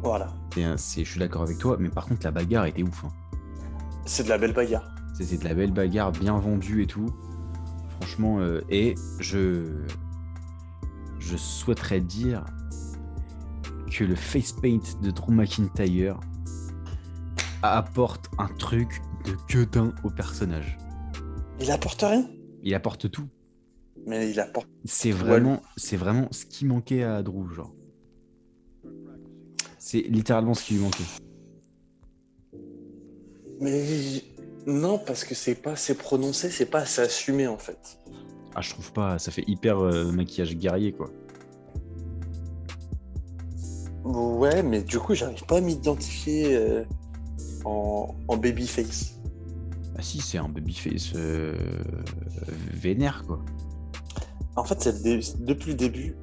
B: Voilà.
A: C'est un- c'est- je suis d'accord avec toi, mais par contre, la bagarre était ouf. hein.
B: C'est de la belle bagarre.
A: C'était de la belle bagarre, bien vendue et tout. Franchement, euh, et je. Je souhaiterais dire que le face paint de Drew McIntyre apporte un truc de gueudin au personnage.
B: Il apporte rien,
A: Il apporte tout.
B: mais il apporte.
A: C'est
B: Ouais.
A: vraiment, c'est vraiment ce qui manquait à Drew, genre. C'est littéralement ce qui lui manquait.
B: Mais non, parce que c'est pas assez prononcé, c'est pas assez assumé en fait.
A: Ah, je trouve pas, ça fait hyper euh, maquillage guerrier, quoi.
B: Ouais, mais du coup, j'arrive pas à m'identifier euh, en, en babyface.
A: Ah si, c'est un babyface euh, vénère, quoi.
B: En fait, c'est le dé- depuis le début,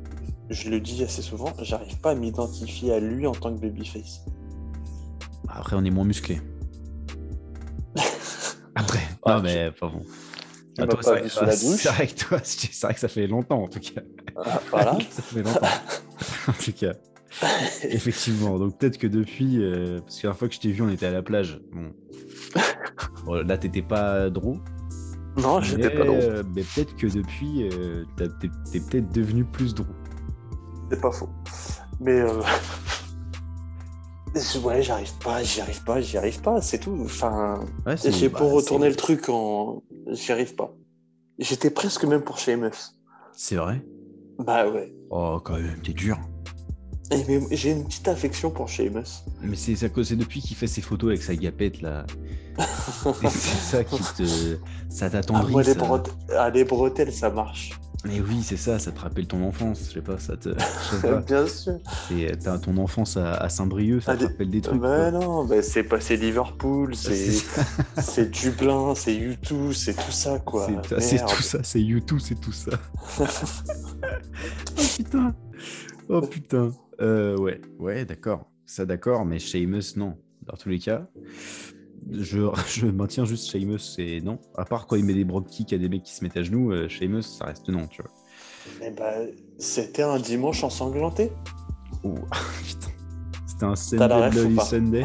B: je le dis assez souvent, j'arrive pas à m'identifier à lui en tant que babyface.
A: Après, on est moins musclé. Après, ah,
B: Ouais,
A: mais pas bon.
B: Tu
A: Ah,
B: m'as
A: toi,
B: pas
A: c'est
B: vu
A: vrai-
B: sous la douche.
A: C'est vrai que toi, c'est c'est vrai que ça fait longtemps en tout cas.
B: Ah, Voilà.
A: ça fait longtemps. en tout cas. Effectivement. Donc peut-être que depuis, euh, parce que la dernière fois que je t'ai vu, on était à la plage. Bon. Bon, là, t'étais pas drôle.
B: Non, Ah, j'étais pas drôle.
A: euh, mais peut-être que depuis, euh, t'as- t'es t'es peut-être devenu plus drôle.
B: C'est pas faux. Mais euh, je- ouais, j'arrive pas, j'y arrive pas, j'y arrive pas, c'est tout. Enfin,
A: Ouais, c'est-
B: j'ai
A: bah,
B: pour retourner le
A: c'est-
B: truc en. J'y arrive pas. J'étais presque même pour chez MF.
A: C'est vrai.
B: Bah ouais.
A: Oh, quand même, t'es dur.
B: Et mais j'ai une petite affection pour chez MF.
A: Mais c'est ça que- c'est depuis qu'il fait ses photos avec sa guapette là. c'est c'est ça qui te. Ça
B: Ah,
A: t'attendrit.
B: moi, les,
A: ça.
B: brete- ah, les bretelles, ça marche.
A: Mais oui, c'est ça, ça te rappelle ton enfance. Je sais pas, ça te. je sais pas.
B: Bien sûr.
A: C'est- T'as ton enfance à, à Saint-Brieuc, ça
B: Ah,
A: te
B: des-
A: rappelle des trucs. quoi.
B: Bah non, bah, c'est pas c'est Liverpool,
A: Bah, C'est
B: c'est
A: ça,
B: c'est Dublin, c'est U2, c'est tout ça quoi.
A: c'est- c'est
B: Merde.
A: tout ça, c'est YouTube, c'est tout ça. oh putain. Oh putain. Euh, ouais, ouais, d'accord. Ça, d'accord, mais Seamus, non. Dans tous les cas, je, je maintiens juste Seamus, c'est non. À part quand il met des broad kicks à des mecs qui se mettent à genoux, euh, Seamus, ça reste non, tu vois.
B: Eh bah, c'était un dimanche ensanglanté.
A: Oh, putain. C'était un
B: T'as
A: Sunday
B: la ref ou
A: Bloody
B: pas
A: Sunday.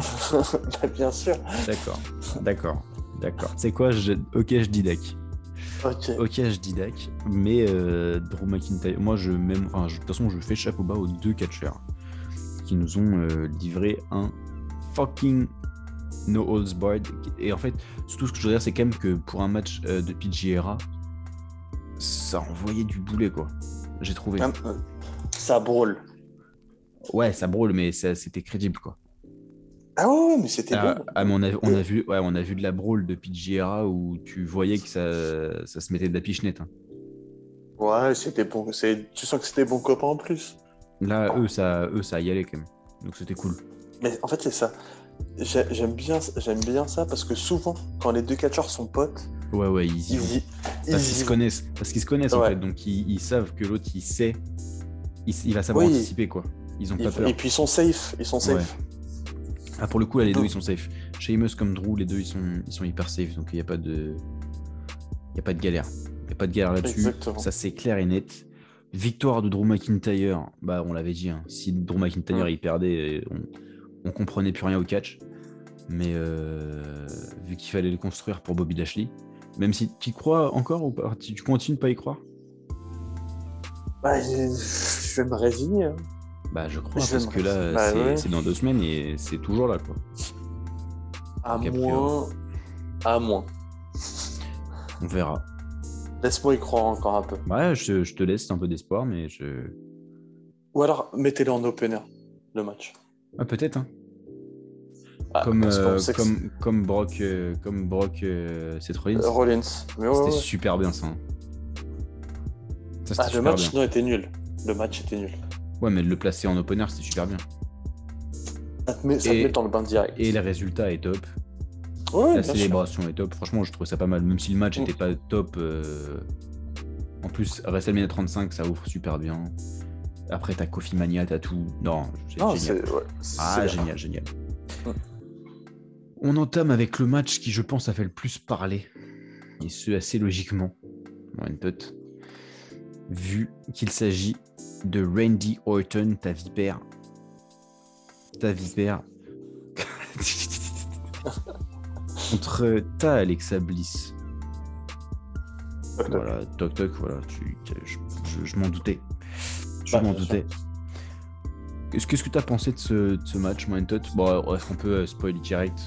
B: Bah, bien sûr.
A: D'accord, d'accord, d'accord. C'est quoi je... Ok, je dis deck.
B: Ok.
A: Ok, je dis Dak, mais euh, Drew McIntyre, moi je même, enfin, je- de toute façon, je fais chapeau bas aux deux catcheurs qui nous ont euh, livré un fucking no holds barred. Et en fait, surtout ce que je veux dire, c'est quand même que pour un match euh, de PGRA, ça envoyait du boulet quoi. J'ai trouvé.
B: Ah, euh, Ça brûle.
A: Ouais, ça brûle, mais ça- c'était crédible quoi.
B: Ah ouais, ouais, mais c'était
A: Ah,
B: bon.
A: ah, mais on a, on a vu, ouais, on a vu de la brawl de PGRA où tu voyais que ça, ça se mettait de la pichenette. hein.
B: Ouais, c'était bon. C'est- Tu sens que c'était bon copain en plus.
A: Là, eux, ça, eux, ça y allait quand même. Donc c'était cool.
B: Mais en fait, c'est ça. J'ai- J'aime bien, j'aime bien ça parce que souvent, quand les deux catcheurs sont potes,
A: Ouais, ouais, ils Bah, y
B: ils
A: vont.
B: y, ils
A: Parce qu'ils
B: y
A: se connaissent. Parce qu'ils se connaissent en
B: Ouais.
A: fait. Donc ils, ils savent que l'autre il sait. Il, s- il va savoir
B: Oui.
A: anticiper quoi. Ils ont
B: ils-
A: pas peur.
B: et puis ils sont safe. Ils sont safe.
A: Ah, pour le coup, là, les deux
B: Mm.
A: ils sont safe. Sheamus comme Drew, les deux ils sont, ils sont hyper safe. Donc il n'y a pas de. Il y a pas de galère. Il n'y a pas de galère là-dessus.
B: Exactement.
A: Ça c'est clair et net. Victoire de Drew McIntyre. Bah, on l'avait dit. hein. Si Drew McIntyre
B: Mm.
A: il perdait, on, on comprenait plus rien au catch. Mais euh, vu qu'il fallait le construire pour Bobby Lashley. Même si tu y crois encore ou pas Tu tu continues de pas y croire
B: Bah, je je vais me résigner. hein.
A: Bah je crois
B: Je
A: parce
B: me
A: que là
B: reste- bah,
A: c'est-
B: ouais.
A: c'est dans deux semaines et c'est toujours là quoi.
B: À
A: Donc, a
B: moins, à moins.
A: On verra.
B: Laisse-moi y croire encore un peu.
A: Ouais, je, je te laisse un peu d'espoir mais je
B: Ou alors, mettez-le en opener, le match.
A: ah peut-être hein.
B: Ah,
A: Comme
B: parce qu'on
A: euh,
B: sait que
A: comme comme Brock euh, comme Brock euh, Seth Rollins.
B: c'est- euh, Rollins. Mais ouais,
A: c'était
B: ouais, ouais.
A: super bien ça. hein. Ça, c'était
B: Ah, le
A: super
B: match,
A: bien.
B: non, était nul. Le match était nul.
A: Ouais mais de le placer en opener c'était super bien.
B: Ça te met, ça te
A: Et-
B: met dans le bain direct.
A: Et le résultat est top.
B: Ouais,
A: La
B: bien sûr.
A: célébration est top. Franchement je trouve ça pas mal même si le match
B: Mm.
A: n'était pas top. euh, En plus WrestleMania 35 ça ouvre super bien. Après t'as Coffee Mania t'as tout. Non c'est
B: Non,
A: génial.
B: c'est- ouais,
A: Ah,
B: c'est-
A: génial, génial.
B: Mm.
A: On entame avec le match qui, je pense, a fait le plus parler, et ce assez logiquement, en une tête, vu qu'il s'agit de Randy Orton, ta vipère. Ta vipère. Contre ta Alexa Bliss.
B: Toc, toc.
A: Voilà, toc toc, voilà, tu- tu- je, je- je m'en doutais. Je
B: Bah,
A: m'en
B: bien
A: doutais. Qu'est-ce qu'est-ce que tu as pensé de ce, de ce match, Mindtot Bon, est-ce qu'on peut euh, spoiler direct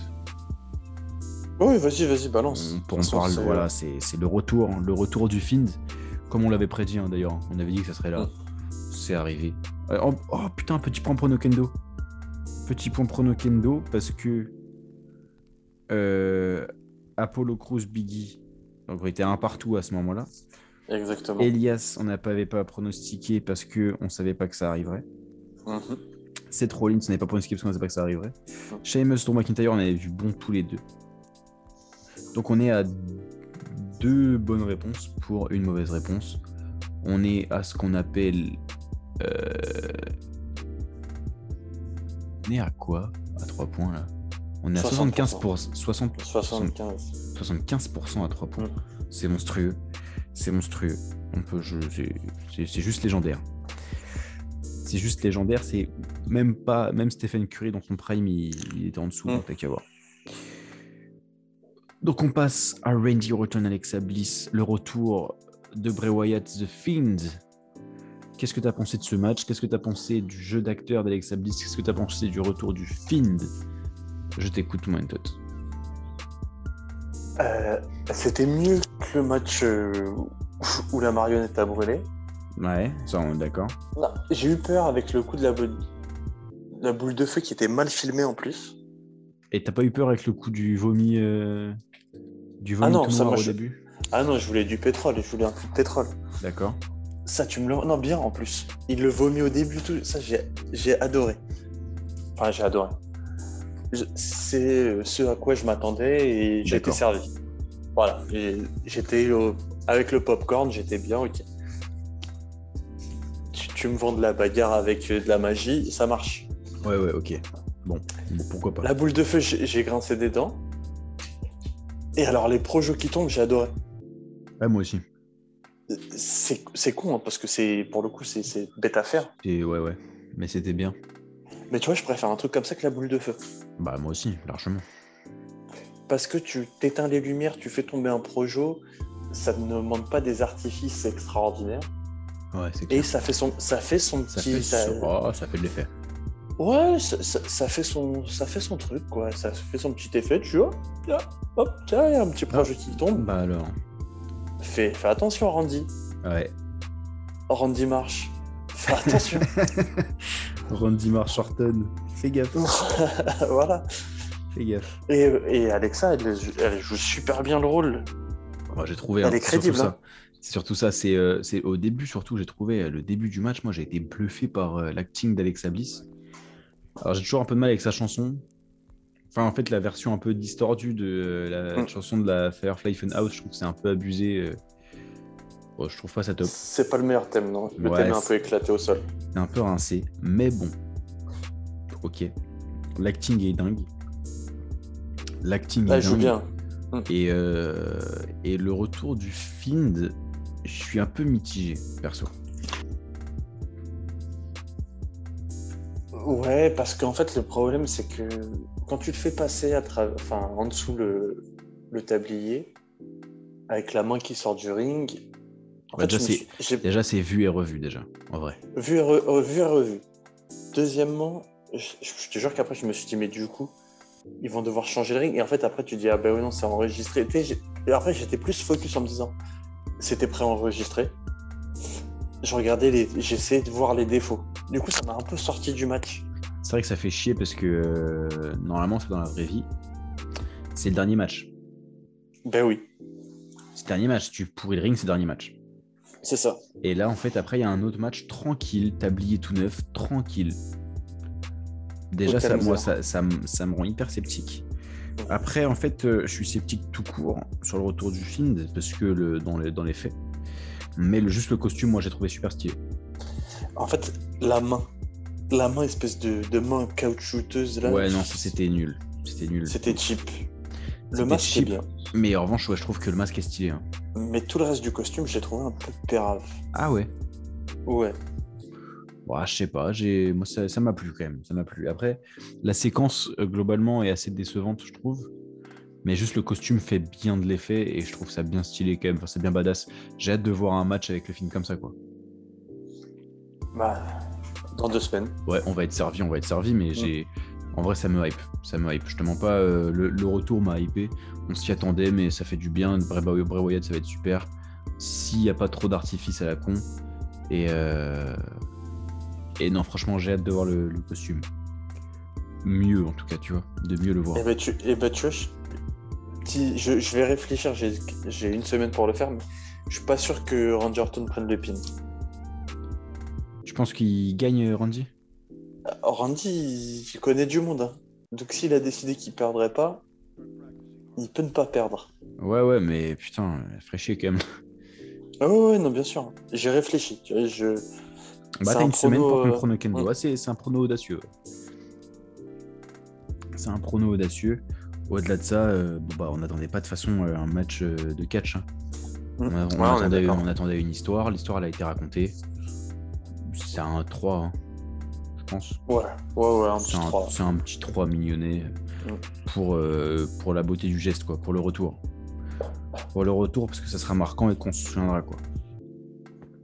B: Ouais, vas-y, vas-y, balance.
A: On-
B: De
A: Euh, Pour
B: toute
A: en
B: façon,
A: parler,
B: c'est-
A: voilà, c'est c'est le retour, hein, le retour du Find, comme on l'avait prédit hein, d'ailleurs. On avait dit que ça serait là.
B: Mm.
A: C'est arrivé. Euh, Oh, oh, putain, petit point pour Nokendo. Petit point pour Nokendo parce que euh, Apollo Cruz Biggie, donc on était un partout à ce moment-là.
B: euh, Exactement.
A: Elias, on n'a pas- avait pas pronostiqué parce que on savait pas que ça arriverait.
B: Mhm.
A: Seth Rollins, on n'avait pas pronostiqué parce qu'on savait pas que ça arriverait.
B: Mm.
A: Sheamus, Drew McIntyre, on avait vu bon tous les deux. Donc on est à deux bonnes réponses pour une mauvaise réponse. On est à ce qu'on appelle. euh, On est à quoi À 3 points là. On est à 75%,
B: 60%.
A: 60,
B: 75.
A: 75% à 3 points.
B: Mm.
A: C'est monstrueux. C'est monstrueux. On peut, je, c'est- c'est c'est juste légendaire. C'est juste légendaire. C'est même pas, même Stephen Curry dans son prime, il, il était en dessous.
B: Mm.
A: donc T'as qu'à voir. Donc on passe à Randy Orton, Alexa Bliss, le retour de Bray Wyatt, The Fiend. Qu'est-ce que tu as pensé de ce match Qu'est-ce que tu as pensé du jeu d'acteur d'Alexa Bliss Qu'est-ce que tu as pensé du retour du Fiend Je t'écoute, moi, Tot.
B: Euh, C'était mieux que le match euh, où la marionnette a brûlé.
A: Ouais, ça, on est d'accord.
B: Non, J'ai eu peur avec le coup de la, boule- la boule de feu qui était mal filmée en plus.
A: Et t'as pas eu peur avec le coup du vomi euh, du vomi
B: Ah non,
A: tout
B: ça,
A: noir
B: moi,
A: au
B: je-
A: début
B: Ah non, je voulais du pétrole, je voulais un coup de pétrole.
A: D'accord.
B: Ça, tu me le. Non, bien en plus. Il le vomit au début, tout. Ça, j'ai j'ai adoré. Enfin, Ah, j'ai adoré. Je- C'est euh, ce à quoi je m'attendais et j'ai été
A: D'accord.
B: servi. Voilà. Et J'étais au- avec le popcorn, j'étais bien, ok. Tu, tu me vends de la bagarre avec euh, de la magie, ça marche.
A: Ouais, ouais, ok. Bon, pourquoi pas.
B: La boule de feu, j'ai j'ai grincé des dents. Et alors, les projets qui tombent, j'ai adoré.
A: Ouais, moi aussi.
B: C'est c'est con, hein, parce que c'est pour le coup, c'est- c'est bête à faire.
A: Et ouais, ouais. Mais c'était bien.
B: Mais tu vois, je préfère un truc comme ça que la boule de feu.
A: Bah, moi aussi, largement.
B: parce que tu t'éteins les lumières, tu fais tomber un projo, ça ne demande pas des artifices extraordinaires
A: Ouais, c'est clair.
B: et ça fait son, ça fait son
A: Ça,
B: petit,
A: fait...
B: ça-
A: oh, ça fait de l'effet.
B: ouais, ça, ça- ça fait son, ça fait son truc quoi, ça fait son petit effet, tu vois, Là, hop, tiens, il y a un petit projet qui tombe,
A: Bah alors.
B: fais, fais attention Randy,
A: Ouais.
B: Randy marche, fais attention,
A: Randy Marshorton. Fais gaffe.
B: voilà.
A: Fais gaffe.
B: Et, et Alexa, elle, elle joue super bien le rôle,
A: Moi, j'ai trouvé.
B: Elle
A: hein,
B: est
A: c'est surtout
B: crédible,
A: ça. C'est surtout ça. C'est euh, c'est au début, surtout, j'ai trouvé euh, le début du match. Moi, j'ai été bluffé par euh, l'acting d'Alexa Bliss. Alors, j'ai toujours un peu de mal avec sa chanson. Enfin, en fait, la version un peu distordue de euh, la
B: Mm.
A: chanson de la Firefly Funhouse, je trouve que c'est un peu abusé. euh. Bon, je trouve pas ça top.
B: c'est pas le meilleur thème non, le
A: Ouais,
B: thème est un
A: c'est-
B: peu éclaté au sol.
A: C'est un peu rincé, mais bon. Ok. L'acting est dingue. L'acting
B: Là,
A: est
B: elle joue
A: dingue.
B: bien.
A: Et, euh, et le retour du Find, je suis un peu mitigé, perso.
B: Ouais, parce qu'en fait, le problème, c'est que quand tu te fais passer à travers, enfin, en dessous le, le tablier, avec la main qui sort du ring, en
A: Ouais,
B: fait, je
A: déjà,
B: me
A: c'est-
B: suis- j'ai
A: Déjà, c'est vu et revu, déjà, en vrai.
B: vu et re- revu et revu. Deuxièmement, je, je te jure qu'après, je me suis dit, mais du coup, ils vont devoir changer le ring. Et en fait, après, tu dis, ah ben oui, non, c'est enregistré. Tu sais, j'ai- Et après, j'étais plus focus en me disant, c'était préenregistré. Je regardais les, j'essayais de voir les défauts. Du coup, ça m'a un peu sorti du match.
A: C'est vrai que ça fait chier parce que euh, normalement, c'est dans la vraie vie. C'est le dernier match.
B: Ben oui,
A: C'est le dernier match. Tu pourris le ring, c'est le dernier match.
B: c'est ça.
A: Et là, en fait, après, il y a un autre match tranquille, tablier tout neuf, tranquille. Déjà,
B: Au
A: ça,
B: calme,
A: moi,
B: ça.
A: ça, ça me- ça me rend hyper sceptique. Après, en fait, euh, je suis sceptique tout court sur le retour du film, parce que le, dans, les, dans les faits. Mais le, juste le costume, moi, j'ai trouvé super stylé.
B: En fait, la main. La main, espèce de, de main caoutchouteuse, là.
A: Ouais, non, ça, c'était nul. C'était nul.
B: C'était cheap.
A: C'était
B: Le masque, c'est
A: cheap.
B: bien.
A: Mais en revanche, ouais, je trouve que le masque est stylé. hein.
B: Mais tout le reste du costume, j'ai trouvé un peu pérave.
A: Ah ouais
B: Ouais.
A: Bah, je sais pas, j'ai... Moi, ça, ça m'a plu quand même, ça m'a plu. Après, la séquence euh, globalement est assez décevante, je trouve. Mais juste le costume fait bien de l'effet et je trouve ça bien stylé quand même. Enfin, c'est bien badass. J'ai hâte de voir un match avec le film comme ça, quoi.
B: Bah, dans deux semaines.
A: Ouais, on va être servi, on va être servi, mais j'ai. En vrai, ça me hype. Ça me hype. Je te mens pas, euh, le, le retour m'a hypé. On s'y attendait, mais ça fait du bien. Bray, Bray- Bray Wyatt, ça va être super. S'il n'y a pas trop d'artifice à la con. Et. euh, Et non, franchement, j'ai hâte de voir le, le costume. Mieux, en tout cas, tu vois. De mieux le voir.
B: Et bah, tu, eh ben, tu vois, je, si- je, je vais réfléchir. J'ai j'ai une semaine pour le faire, mais je suis pas sûr que Randy Orton prenne le pin.
A: Tu penses qu'il gagne, euh, Randy
B: Ah, Randy, il connaît du monde. hein. Donc, s'il a décidé qu'il perdrait pas, il peut ne pas perdre.
A: Ouais, ouais, mais putain, euh, fais chier quand même.
B: Ah ouais, ouais, non, bien sûr. J'ai réfléchi. tu vois, Je...
A: Bah,
B: C'est
A: t'as
B: un
A: une semaine
B: prono,
A: pour ton
B: euh,
A: prono Kendo.
B: mm.
A: Ah, c'est c'est un prono audacieux. C'est un prono audacieux. Au-delà de ça, euh, bon, bah, on n'attendait pas de toute façon euh, un match euh, de catch. hein. On, a- on
B: Mmh. Ouais, on est
A: attendait,
B: d'accord.
A: on attendait une histoire, l'histoire elle a été racontée. C'est un 3, hein, je pense.
B: Ouais, ouais, ouais, un
A: C'est
B: petit
A: un,
B: 3.
A: c'est un petit 3 mignonné euh,
B: Mm.
A: pour, euh, pour la beauté du geste, quoi, pour le retour. Pour le retour, parce que ça sera marquant et qu'on se souviendra, quoi.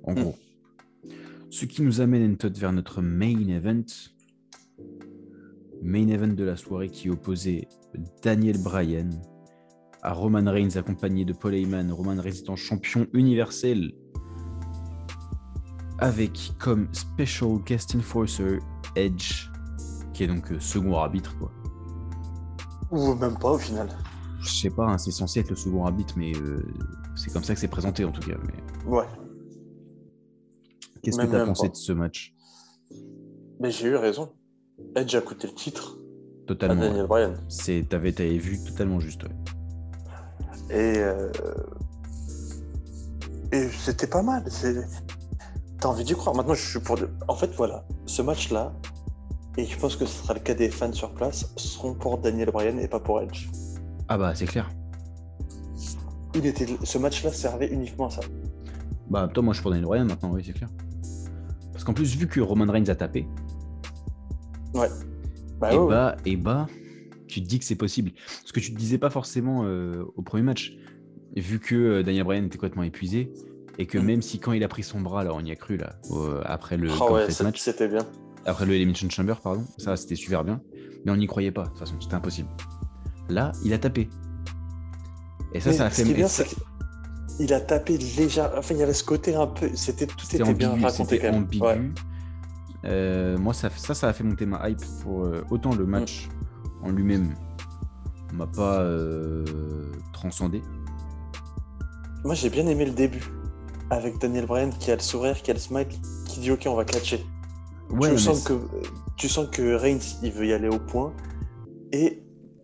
A: En
B: Mm.
A: gros. Ce qui nous amène, Entot, vers notre main event. Main event de la soirée qui opposait Daniel Bryan à Roman Reigns accompagné de Paul Heyman, Roman Reigns étant champion universel avec comme special guest enforcer Edge, qui est donc euh, second arbitre quoi.
B: Ou même pas au final.
A: Je sais pas, hein, c'est censé être le second arbitre, mais euh, c'est comme ça que c'est présenté en tout cas. Mais
B: Ouais.
A: qu'est-ce
B: Même-
A: que t'as
B: même
A: pensé
B: pas.
A: de ce match
B: Mais j'ai eu raison. Edge a coûté le titre à
A: Totalement. ouais.
B: Daniel Bryan.
A: C'est t'avais t'avais vu totalement juste. ouais.
B: Et. euh, Et c'était pas mal. c'est- T'as envie d'y croire. Maintenant, je suis pour. de- En fait, voilà. Ce match-là, et je pense que ce sera le cas des fans sur place, seront pour Daniel Bryan et pas pour Edge.
A: Ah bah c'est clair.
B: Il était... Ce match-là servait uniquement à ça.
A: Bah toi moi je suis pour Daniel Bryan maintenant, oui c'est clair. Parce qu'en plus vu que Roman Reigns a tapé,
B: Bah
A: et
B: ouais,
A: bah, et bah, tu te dis que c'est possible. Ce que tu te disais pas forcément euh, au premier match, vu que euh, Daniel Bryan était complètement épuisé et que
B: Mm.
A: même si quand il a pris son bras, là, on y a cru là, au- après le
B: ouais. Ah
A: quand
B: ouais,
A: fait ce
B: c'est-
A: match,
B: c'était bien.
A: après le Elimination Chamber, pardon, ça c'était super bien, mais on n'y croyait pas. De toute façon, c'était impossible. Là, il a tapé. Et ça,
B: Mais
A: ça a
B: ce
A: fait.
B: qui est bien,
A: et ça-
B: c'est qu'il a tapé légèrement. Enfin, il y avait ce côté un peu. C'était tout
A: C'était
B: était bien
A: ambigu,
B: raconté
A: c'était
B: quand même.
A: ambigu.
B: Ouais.
A: Euh, moi, ça, ça, ça a fait monter ma hype pour euh, autant le match
B: Mm.
A: en lui-même m'a pas euh, transcendé.
B: Moi, j'ai bien aimé le début avec Daniel Bryan qui a le sourire, qui a le smile, qui dit OK, on va catcher.
A: Ouais,
B: tu
A: mais
B: sens
A: c'est-
B: que tu sens que Reigns, il veut y aller au point. Et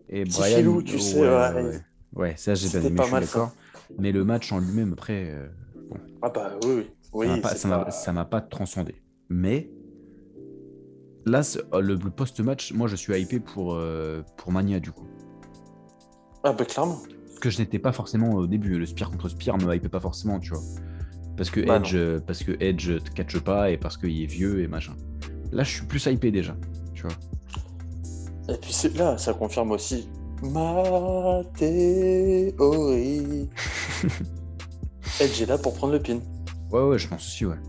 A: et
B: petit
A: Brian, oh,
B: filou, tu sais,
A: ouais,
B: ouais.
A: ouais. Ouais, ça j'ai bien
B: C'était
A: aimé,
B: pas
A: je suis
B: mal,
A: d'accord. Mais le match en lui-même, après, euh,
B: ah bah oui, oui, oui.
A: ça m'a pas-
B: c'est
A: ça m'a
B: pas-
A: ça m'a pas transcendé. Mais là, ce- euh, le, le post-match, moi je suis hypé pour, euh, pour Mania du coup.
B: Ah bah clairement.
A: Ce que je n'étais pas forcément au début. Le Spear contre Spear me hypait pas forcément, tu vois. Parce que
B: Bah,
A: Edge, euh, parce que Edge te catche pas et parce qu'il est vieux et machin. Là, je suis plus hypé déjà, tu vois.
B: Et puis c'est- là, ça confirme aussi ma théorie. Edge est là pour prendre le pin.
A: Ouais, ouais, je pense aussi, ouais.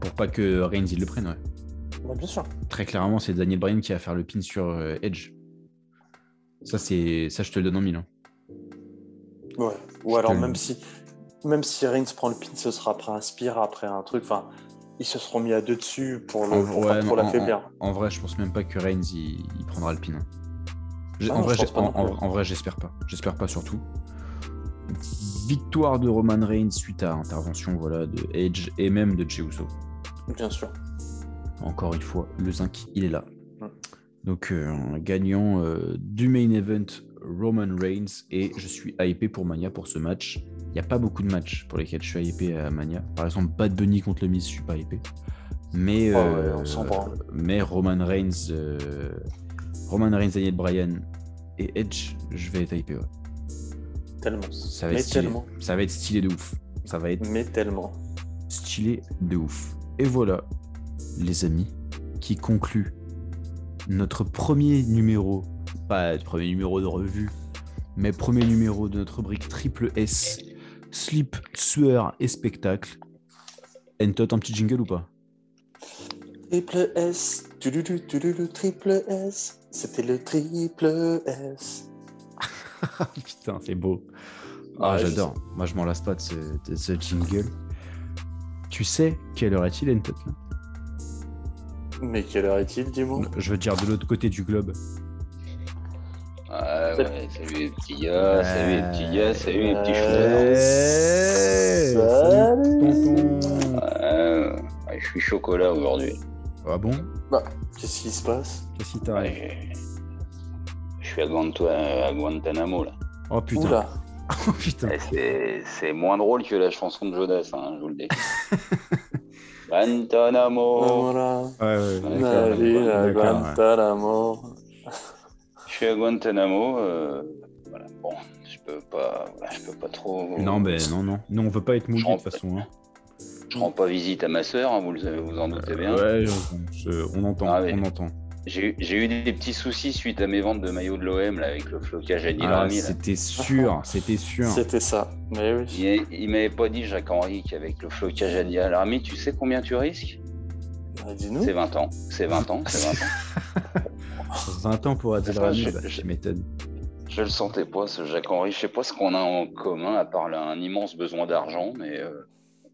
A: Pour pas que Reigns il le prenne, ouais.
B: Bah, bien sûr.
A: Très clairement, c'est Daniel Bryan qui va faire le pin sur euh, Edge. Ça, c'est ça, je te le donne en mille. hein.
B: Ouais.
A: Je
B: Ou alors
A: te-
B: même si même si Reigns prend le pin, ce sera après un spear, après un truc. Enfin, ils se seront mis à deux dessus pour
A: En-
B: le pour,
A: Oh, ouais,
B: pour
A: non,
B: l'affaiblir.
A: En vrai, je pense même pas que Reigns il, il prendra le pin. hein. Je-
B: Ah
A: en,
B: non,
A: vrai,
B: je pense
A: j'ai-
B: pas
A: en-
B: non plus.
A: en- en vrai, j'espère pas. J'espère pas surtout. Victoire de Roman Reigns suite à intervention voilà de Edge et même de Jey Uso.
B: Bien sûr.
A: Encore une fois, le zinc, il est là.
B: Mm.
A: Donc, euh, un gagnant euh, du main event, Roman Reigns. Et je suis hypé pour Mania pour ce match. Il n'y a pas beaucoup de matchs pour lesquels je suis hypé à Mania. Par exemple, Bad Bunny contre le Miz, je suis pas hypé. Mais,
B: Oh ouais,
A: euh,
B: on s'en branle.
A: mais Roman Reigns, euh, Roman Reigns, Daniel Bryan et Edge, je vais être hypé. ouais.
B: Tellement.
A: Ça, va
B: Mais
A: être stylé.
B: tellement.
A: ça va être stylé de ouf. Ça va être
B: Mais tellement.
A: stylé de ouf. Et voilà, les amis, qui conclut notre premier numéro, pas le premier numéro de revue, mais premier numéro de notre rubrique triple S, slip, sueur et spectacle. Entot, un petit jingle ou pas
B: Triple S, tululu, tululu, triple S, c'était le triple S.
A: Putain, c'est beau. Ah,
B: Ouais,
A: j'adore. Moi, je m'en lasse pas de ce, de ce jingle. Tu sais quelle heure est-il, Entot là
B: Mais quelle heure est-il, dis-moi
A: Je veux dire de l'autre côté du globe.
D: Ah ouais, salut les petits gars, salut les petits gars, salut les petits
B: Euh,
D: chauds.
A: Salut, tonton.
D: Ah, ouais, je suis chocolat aujourd'hui.
A: Ah bon
B: Qu'est-ce qui se passe
A: Qu'est-ce qui
D: Ouais,
A: t'arrive
D: j'ai- je suis à, Guanta- à Guantanamo là.
A: Oh putain.
B: Oula,
A: Oh putain.
D: Ouais, C'est c'est moins drôle que la chanson de Jonas, hein, je vous le dis. Guantanamo,
B: Oh, voilà,
A: Ouais, ouais,
B: la
D: Ouais,
A: Oh. d'accord.
D: ouais.
B: ville à
A: D'accord, ouais.
B: Guantanamo.
D: je suis à Guantanamo. euh, voilà. Bon, je peux pas, je peux pas trop.
A: Non, ben non, non. Nous, on veut pas être mouillé de toute façon. hein.
D: Je rends pas visite à ma sœur, hein, vous le- vous en doutez bien.
A: Euh, Ouais, on, je- euh, on entend,
D: Ah, mais-
A: on entend.
D: J'ai eu- j'ai eu des petits soucis suite à mes ventes de maillots de l'OM là, avec le flocage à
A: Ah,
D: Dilrami. là.
A: c'était sûr, c'était sûr.
B: C'était ça. Mais oui.
D: il il m'avait pas dit, Jacques Henry, qu'avec le flocage à Dilrami, tu sais combien tu risques
B: Ah, Dis-nous.
D: C'est 20 ans. C'est 20 ans. C'est 20 ans.
A: 20 ans pour Adil Rami,
D: Je-
A: bah,
D: je-
A: tu m'étonnes.
D: Je le sentais pas, ce Jacques Henry. Je sais pas ce qu'on a en commun, à part là, un immense besoin d'argent, mais euh,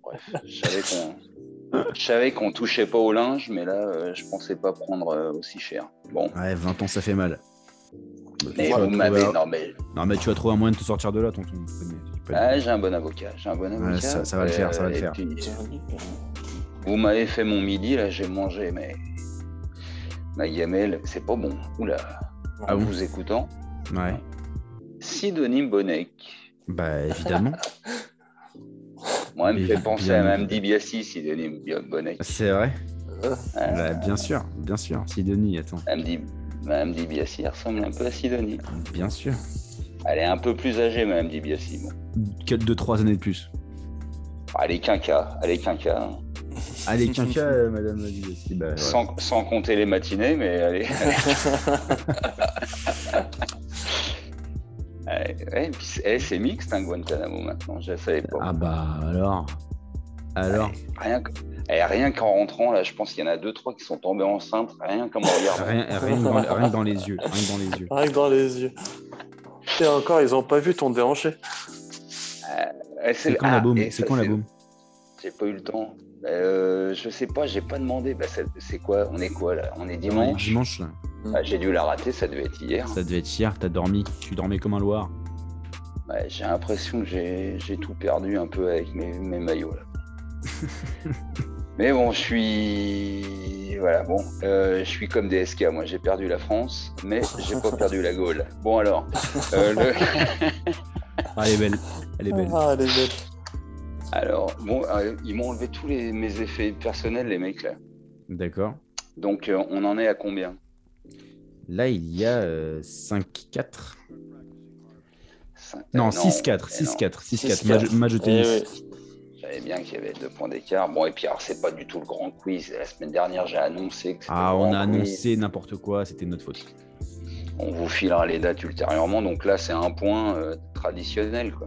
D: bref, je savais qu'on. Je savais qu'on touchait pas au linge, mais là, euh, je pensais pas prendre euh, aussi cher. Bon,
A: Ouais, 20 ans, ça fait mal. Bah, tu
D: mais
A: vas
D: vous
A: trouver
D: m'avez.
A: un-
D: Non, mais
A: Non, mais tu vas trouver un moyen de te sortir de là, tonton. Mais c'est pas-
D: ah, j'ai un bon avocat. J'ai un bon avocat. Euh,
A: ça- ça va le faire, ça va le
D: et
A: faire.
D: puis, vous m'avez fait mon midi, là, j'ai mangé, mais. Ma gamelle, c'est pas bon. Oula,
A: Ah
D: en
A: bon
D: vous écoutant,
A: Ouais.
D: Sidonie Bonnec.
A: Bah, évidemment.
D: Moi, elle me
A: Mais
D: fait penser
A: bien
D: à Mme
A: évidemment.
D: Dibiassi, Sidonie Bonnec.
A: C'est vrai
B: Euh.
A: Bah, Bien sûr, bien sûr. Sidonie, attends.
D: Madame Di- Madame Dibiassi elle ressemble un peu à Sidonie.
A: Bien sûr.
D: Elle est un peu plus âgée, Madame Dibiassi. Bon. Ah,
A: Quelle 2-3 années de plus
D: Elle est quinca, elle est quinca. hein.
A: Allez, quinca, euh, madame Dibiassi. Bah, ouais.
D: Sans, sans compter les matinées, mais elle est... Ouais, ouais, puis c'est- eh, c'est mixte, hein, Guantanamo, maintenant, je ne savais pas.
A: Ah bah, alors Alors
D: Rien que- eh, rien qu'en rentrant, là, je pense qu'il y en a deux, trois qui sont tombés enceintes, rien qu'en me regardant.
A: Rien, rien que dans, rien que dans les yeux. Rien que dans les yeux.
B: Rien que dans les yeux. Et encore, ils ont pas vu ton déhanché.
D: Eh,
A: C'est quand la
D: ah,
A: baume
D: et
A: C'est
D: ça,
A: quand la baume
D: J'ai pas eu le temps. Euh, je sais pas, j'ai pas demandé. Bah, c'est c'est quoi On est quoi là On est
A: Ouais,
D: dimanche.
A: Dimanche, là.
D: Ah, j'ai dû la rater, ça devait être hier.
A: Ça devait être hier, t'as dormi. Tu dormais comme un loir.
D: Ouais, j'ai l'impression que j'ai j'ai tout perdu un peu avec mes, mes maillots là. Mais bon, je suis. Voilà, bon. euh, je suis comme DSK, moi. J'ai perdu la France, mais j'ai pas perdu la Gaule. Bon, alors. euh, le-
A: Ah, elle est belle. Elle est belle.
B: Ah, les mecs.
D: Alors, bon, euh, ils m'ont enlevé tous les, mes effets personnels, les mecs là.
A: D'accord.
D: Donc, euh, on en est à combien
A: Là, il y a euh, 5-4.
D: Cinq-
A: Non,
D: euh,
A: 6-4.
D: eh non.
A: 6-4. 6-4.
B: 6-4.
A: Match- Match de
B: Eh
A: tennis.
B: oui.
D: J'avais bien qu'il y avait deux points d'écart. Bon, et puis, alors, c'est pas du tout le grand quiz. La semaine dernière, j'ai annoncé que c'était
A: Ah,
D: le
A: on a
D: grand quiz.
A: annoncé n'importe quoi, c'était notre faute.
D: On vous filera les dates ultérieurement. Donc là, c'est un point euh, traditionnel, quoi.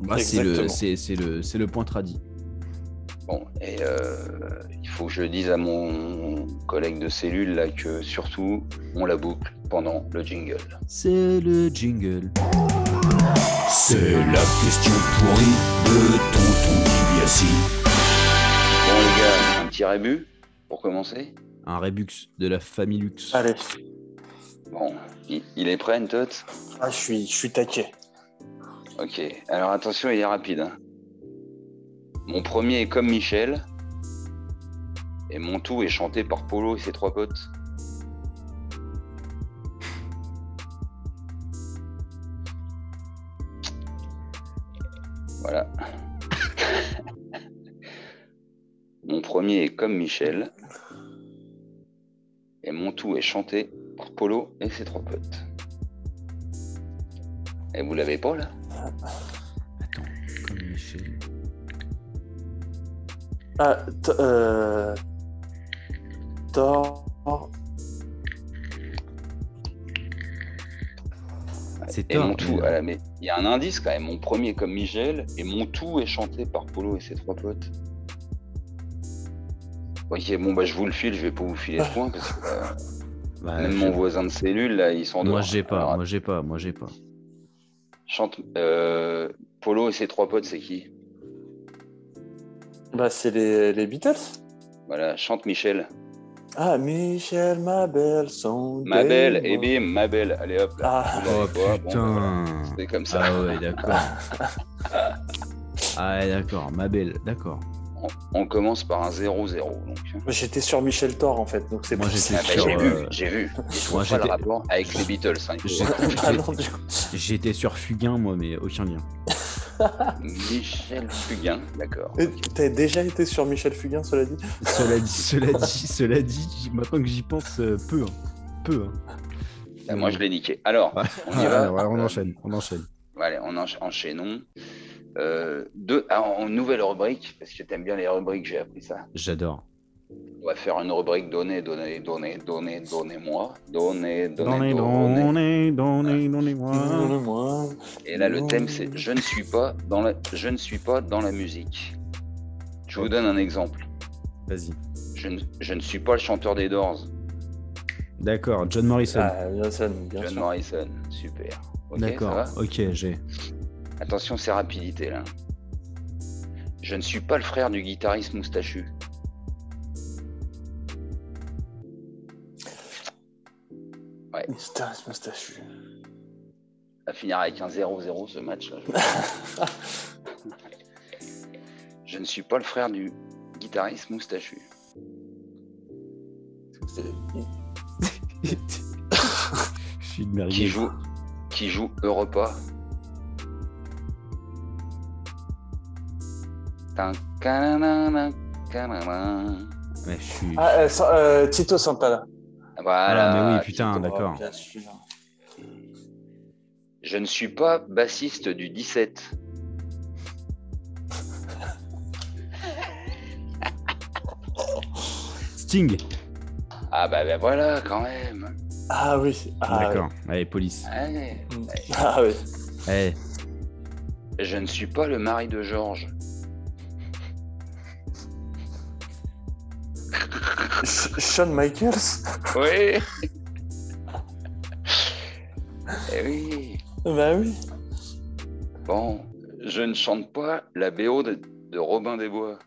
A: Bah, c'est le,
B: Exactement.
A: c'est, c'est le, c'est le point tradit.
D: Bon, et euh, il faut que je dise à mon collègue de cellule, là, que surtout, on la boucle pendant le jingle.
A: C'est le jingle.
E: C'est la question pourrie de Tonton Dibiassi.
D: Bon, les gars, un petit rébut pour commencer.
A: Un Rebux de la famille Lux.
B: Allez.
D: Bon, il, il est prêt, Tot
B: Ah, je suis, je suis taqué.
D: Ok. Alors attention, il est rapide. hein. Mon premier est comme Michel. Et mon tout est chanté par Polo et ses trois potes. Voilà. mon premier est comme Michel. Et mon tout est chanté par Polo et ses trois potes. Et vous l'avez pas là
A: Attends, comme Michel.
B: Ah, t- euh... Tor...
A: C'est
D: Et
A: tort. euh,
D: mon tout, euh, à la- mais il y a un indice quand même. Mon premier comme Michel et mon tout est chanté par Polo et ses trois potes. Ok, bon bah je vous le file, je vais pas vous filer ce point parce que euh,
A: Bah,
D: même
A: je-
D: mon voisin de cellule là, il s'endort.
A: Moi, j'ai pas,
D: Alors,
A: moi, j'ai pas, moi, j'ai pas.
D: chante euh, Polo et ses trois potes, c'est qui
B: Bah, c'est les, les Beatles.
D: Voilà, chante Michel.
B: Ah, Michel, ma belle, son
D: Ma belle,
B: démon.
D: et bim, ma belle, allez hop là.
B: Ah,
D: Vous
A: Oh
D: l'avez pas, bon, bah, voilà.
A: putain.
D: C'est comme ça.
A: Ah ouais, d'accord. ah ouais, d'accord, ma belle, d'accord.
D: On, on commence par un 0-0. Donc. hein.
B: j'étais sur Michel Thor, en fait, donc c'est
A: Moi,
B: pour
A: j'étais
B: ça.
D: Ah, bah,
A: sur,
D: j'ai
A: euh,
D: vu, j'ai vu. Il faut
A: moi,
D: pas le
A: j'étais-
D: rapport avec les Beatles. hein, il faut
A: J'ai-
D: pas-
B: Ah non, du coup.
A: J'étais sur Fugain, moi, mais aucun lien.
D: Michel Fugain, d'accord.
B: Et T'as déjà été sur Michel Fugain, cela dit
A: Cela dit, cela dit, cela dit, j- maintenant que j'y pense, euh, peu, hein. peu. hein.
D: Ah, moi, je l'ai niqué. Alors, on y
A: Ah,
D: va.
A: alors, alors, on
D: Euh,
A: enchaîne, on enchaîne.
D: ouais, allez, on encha- enchaînons. Euh, deux, ah, en nouvelle rubrique, parce que t'aimes bien les rubriques, j'ai appris ça.
A: J'adore.
D: On va faire une rubrique donnée, donnée, donnée, donnée, donnez-moi. Donnée, donnée,
A: Donnez, donnez,
D: donnée.
A: donnez,
D: Ah.
A: donnez-moi.
B: Moi,
D: Et là, le thème, c'est je ne suis pas dans la, je ne suis pas dans la musique. Je vous donne un exemple.
A: Vas-y.
D: Je ne, je ne suis pas le chanteur des Doors,
A: D'accord, John Morrison.
B: Ah, Johnson, bien
D: John
B: sûr.
D: Morrison. Super. Ok, ça
A: D'accord,
D: va
A: ok, j'ai.
D: Attention, c'est rapidité là. Je ne suis pas le frère du guitariste moustachu.
B: Guitariste moustachu.
D: À finir avec un 0-0 ce match. là, je- je ne suis pas le frère du guitariste moustachu.
A: Je suis une merguez.
D: Qui joue, qui joue Europa. Tan, canana, canana.
A: Ouais, je suis-
B: Ah, euh, Sa- euh, Tito Santana.
D: Voilà.
A: Ah, mais oui, putain,
B: Oh,
A: d'accord.
B: Bien sûr.
D: Je ne suis pas bassiste du 17.
A: Sting
D: Ah bah, bah voilà, quand même.
B: Ah oui. Ah,
A: D'accord, allez, police.
D: Ouais.
B: oui. Mm. Ah oui.
A: Eh,
D: Je ne suis pas le mari de Georges.
B: Sh- Shawn Michaels
D: Oui. eh oui.
B: Bah oui.
D: Bon, je ne chante pas la BO de, de Robin des Bois.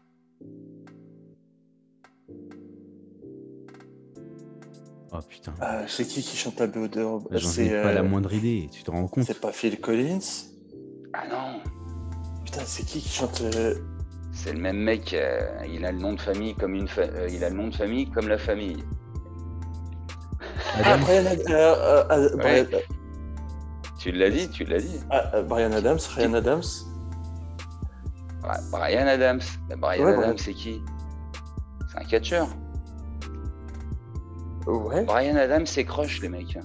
A: Oh putain,
B: Euh, c'est qui qui chante la BO de Rob
A: j'en ai
B: C'est
A: pas la
B: euh,
A: moindre idée, tu te rends compte
B: c'est pas Phil Collins
D: Ah non,
B: Putain, c'est qui qui chante euh,
D: c'est le même mec. euh, il a le nom de famille comme une fa- euh, il a le nom de famille comme la famille.
B: Ah, Brian, Ad- euh, euh, euh,
D: Ouais.
B: Brian-
D: Tu l'as dit, tu l'as dit.
B: ah, euh, Brian Adams, Brian Adams.
D: Bra- Brian Adams. Mais Brian
B: Ouais, Brian.
D: Adams, c'est qui C'est un catcheur.
B: Ouais.
D: Brian Adams, c'est Crush, les mecs.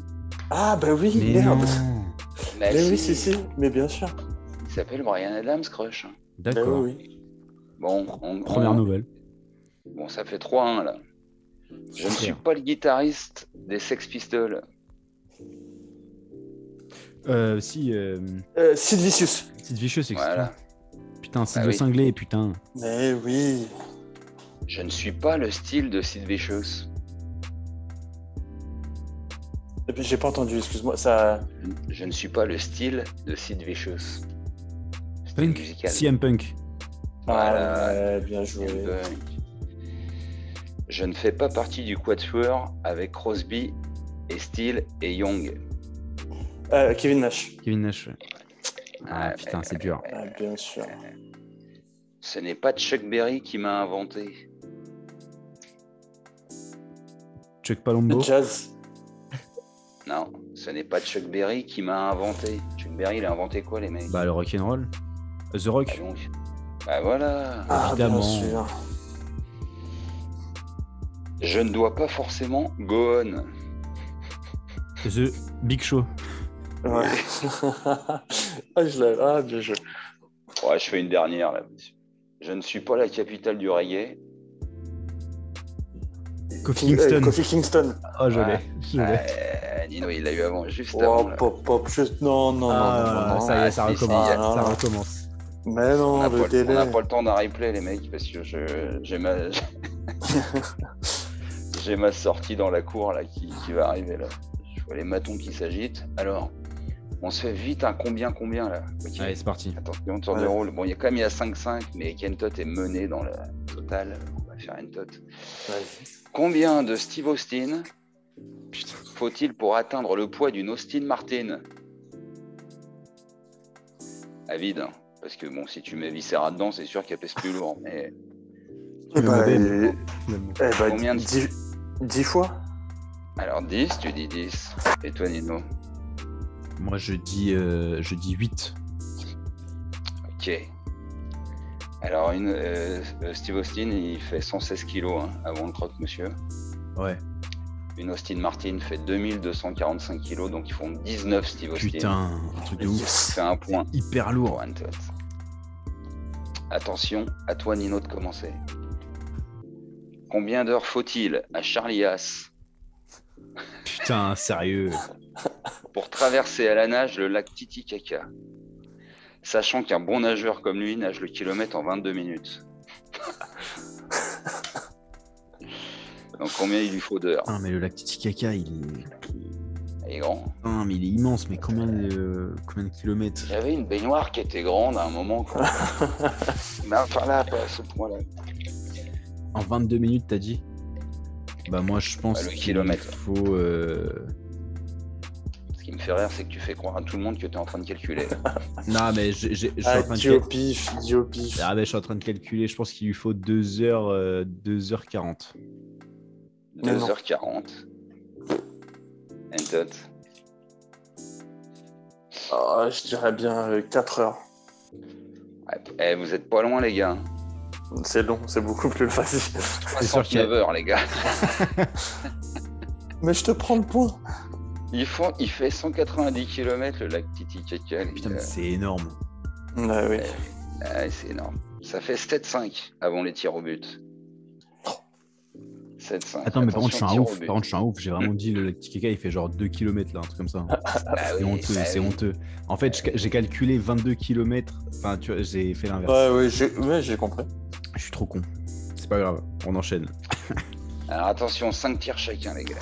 B: Ah bah oui,
A: Mais
B: merde.
A: non.
D: Mais
B: Mais
D: Bah, si,
B: Eh oui, si, si, mais bien sûr.
D: Il s'appelle Brian Adams, Crush.
B: Bah
A: D'accord,
B: oui, Ah. oui.
D: Bon, on,
A: première
D: on-
A: nouvelle.
D: Bon, ça fait 3-1 là. Je ne suis pas le guitariste des Sex Pistols.
A: Euh, si, euh,
B: Euh, Sid Vicious.
A: Sid Vicious, excuse.
D: Voilà.
A: Putain, c'est
D: Bah
A: de
D: oui.
A: cinglé, putain.
B: Mais oui.
D: Je ne suis pas le style de Sid Vicious.
B: Et puis j'ai pas entendu, excuse-moi, ça.
D: Je ne suis pas le style de Sid Vicious. Style
A: Punk
D: musical.
A: CM Punk.
D: Voilà.
B: Ah, ouais, bien joué.
D: CM Punk. Je ne fais pas partie du quatuor avec Crosby et Steele et Young.
B: Euh, Kevin Nash.
A: Kevin Nash. ouais. Ah
D: Ouais,
A: putain, c'est dur.
B: Ah, bien sûr.
D: Ce n'est pas Chuck Berry qui m'a inventé.
A: Chuck
B: Le
A: Palombo.
B: jazz.
D: Non, ce n'est pas Chuck Berry qui m'a inventé. Chuck Berry, il a inventé quoi, les mecs
A: Bah, le rock'n'roll. Euh, The
D: Bah,
A: Rock.
D: donc. Bah voilà.
B: Ah,
A: Évidemment.
B: bien sûr.
D: Je ne dois pas forcément go on.
A: The Big Show.
B: Ouais. ah, je l'ai. Ah, bien joué.
D: Ouais, je fais une dernière là. monsieur. Je ne suis pas la capitale du reggae.
A: Kofi
B: King- euh,
A: Kingston.
B: Kofi Ah. Kingston.
A: Oh, je l'ai.
D: Ouais.
A: Je l'ai.
D: Euh, dis donc, il l'a eu avant, juste
B: Oh,
D: avant. là.
B: pop, pop, juste. Non, non,
A: Ah,
B: non, non, non.
A: ça y est, ça
D: Ah, si, si,
A: recommence.
B: ah, non,
A: Ça
B: non.
A: recommence.
B: Mais
D: On
B: non,
D: n'a
B: le
D: pas, le- on n'a
B: délai.
D: pas le temps d'un replay, les mecs, parce que je, j'ai, ma... j'ai ma sortie dans la cour là, qui, qui va arriver. là. Je vois les matons qui s'agitent. Alors, on se fait vite un combien, combien là Ok.
A: Allez, c'est parti.
D: Attention, tour de
B: Ouais.
D: rôle. Bon, il y a quand même il y a 5-5, mais Kentot est mené dans la totale. On va faire une tot.
B: Vas-y.
D: Combien de Steve Austin faut-il pour atteindre le poids d'une Austin Martin À vide, hein. parce que bon, si tu mets Viscera dedans, c'est sûr qu'elle pèse plus lourd. Mais
B: Eh bah,
A: modèle.
B: euh,
A: finalement.
B: eh bah,
D: Combien de-
B: 10 10 fois
D: alors 10, tu dis 10. Et toi, Nino
A: Moi, je dis, euh, je dis 8.
D: Ok. Alors, une, euh, euh, Steve Austin, il fait 116 kilos hein, avant le croque-monsieur.
A: Ouais.
D: Une Austin Martin fait 2245 kilos, donc ils font 19 Steve Austin.
A: Putain, un truc de ouf.
D: C'est un point
A: Hyper
D: pour
A: lourd.
D: Anton. Attention, à toi Nino de commencer. Combien d'heures faut-il à Charlie Haas
A: Putain, sérieux.
D: pour traverser à la nage le lac Titicaca Sachant qu'un bon nageur comme lui nage le kilomètre en 22 minutes. Donc combien il lui faut d'heures
A: Ah, mais le lac Titicaca, il est.
D: Il est grand.
A: Putain, mais il est immense, mais combien de, combien de kilomètres
D: J'avais une baignoire qui était grande à un moment. Quoi. Mais enfin là, pas à ce point-là.
A: En 22 minutes, t'as dit Bah, moi, je pense
D: Bah, le
A: qu'il
D: kilomètre.
A: faut. euh,
D: Ce qui me fait rire, c'est que tu fais croire à tout le monde que tu es en train de calculer.
A: Non, mais j'ai- j'ai- je suis en
B: Ah,
A: train de
B: dis au pif, dis au pif.
A: Ah ben, je suis en train de calculer, je pense qu'il lui faut euh, 2h, 2h40.
D: 2h40. Entot.
B: Ah, je dirais bien 4 heures.
D: Ouais, eh, vous êtes pas loin, les gars.
B: C'est long, c'est beaucoup plus facile.
A: C'est sûr qu'il y a-
D: 69 heures, les gars.
B: Mais je te prends le point.
D: Il, font- il fait 190 km le lac Titicaca. les
A: Putain,
D: gars.
A: mais c'est énorme.
B: Ouais, oui.
D: Ah, c'est énorme. Ça fait 7-5 avant les tirs au but. 7-5.
A: Attends, mais par contre, je suis
D: Attention,
A: un
D: tirs au
A: ouf.
D: but.
A: Par contre, je suis un ouf. J'ai vraiment dit le Titicaca, il fait genre 2 km là, un truc comme ça.
D: Bah
A: C'est
D: oui,
A: honteux,
D: bah
A: c'est
D: oui.
A: honteux. En fait, je- j'ai calculé 22 km. Enfin, tu vois, j'ai fait l'inverse.
B: Ouais, oui, j'ai ouais, j'ai compris.
A: Je suis trop con. C'est pas grave, on enchaîne.
D: Alors attention, 5 tirs chacun, les gars.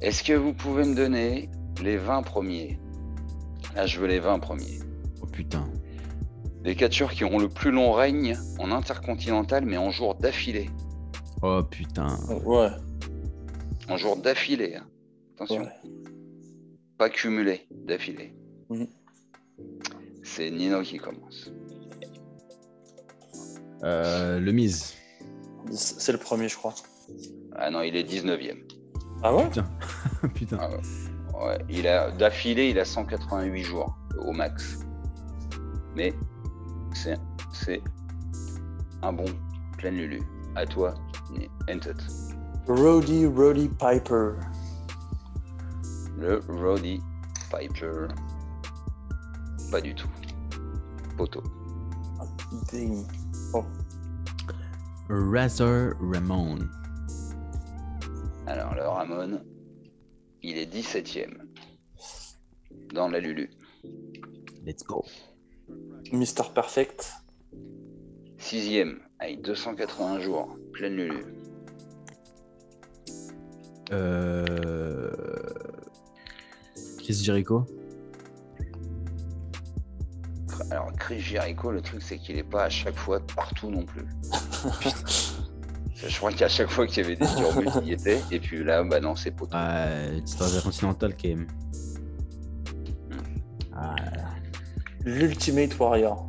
D: Est-ce que vous pouvez me donner les 20 premiers Là, je veux les 20 premiers.
A: Oh putain.
D: Des catcheurs qui ont le plus long règne en intercontinental, mais en jours d'affilée.
A: Oh putain.
B: Ouais.
D: En jours d'affilée. hein. Attention.
B: Ouais.
D: Pas cumulé, d'affilée.
B: Mhm.
D: C'est Nino qui commence.
A: Euh, le mise.
B: C'est le premier, je crois.
D: Ah non, il est 19e.
B: Ah ouais
A: Oh, putain.
D: Ouais, il a d'affilée, il a 188 jours au max. Mais c'est c'est un bon plein lulu. À toi, Entet.
B: Roddy Roddy Piper.
D: Le Roddy Piper. Pas du tout. Poteau.
B: Ding.
A: Razor Ramon.
D: Alors le Ramon, il est 17ème dans la Lulu.
A: Let's go.
B: Mister Perfect.
D: 6ème avec 281 jours, pleine Lulu.
A: Euh... Chris Jericho.
D: Alors Chris Jericho, le truc c'est qu'il est pas à chaque fois partout non plus. Je crois qu'à chaque fois qu'il y avait des tirs au but, il y était. Et puis là, bah non, c'est poteau.
A: Ouais, l'histoire continentale quand même. Ah,
B: L'Ultimate Warrior.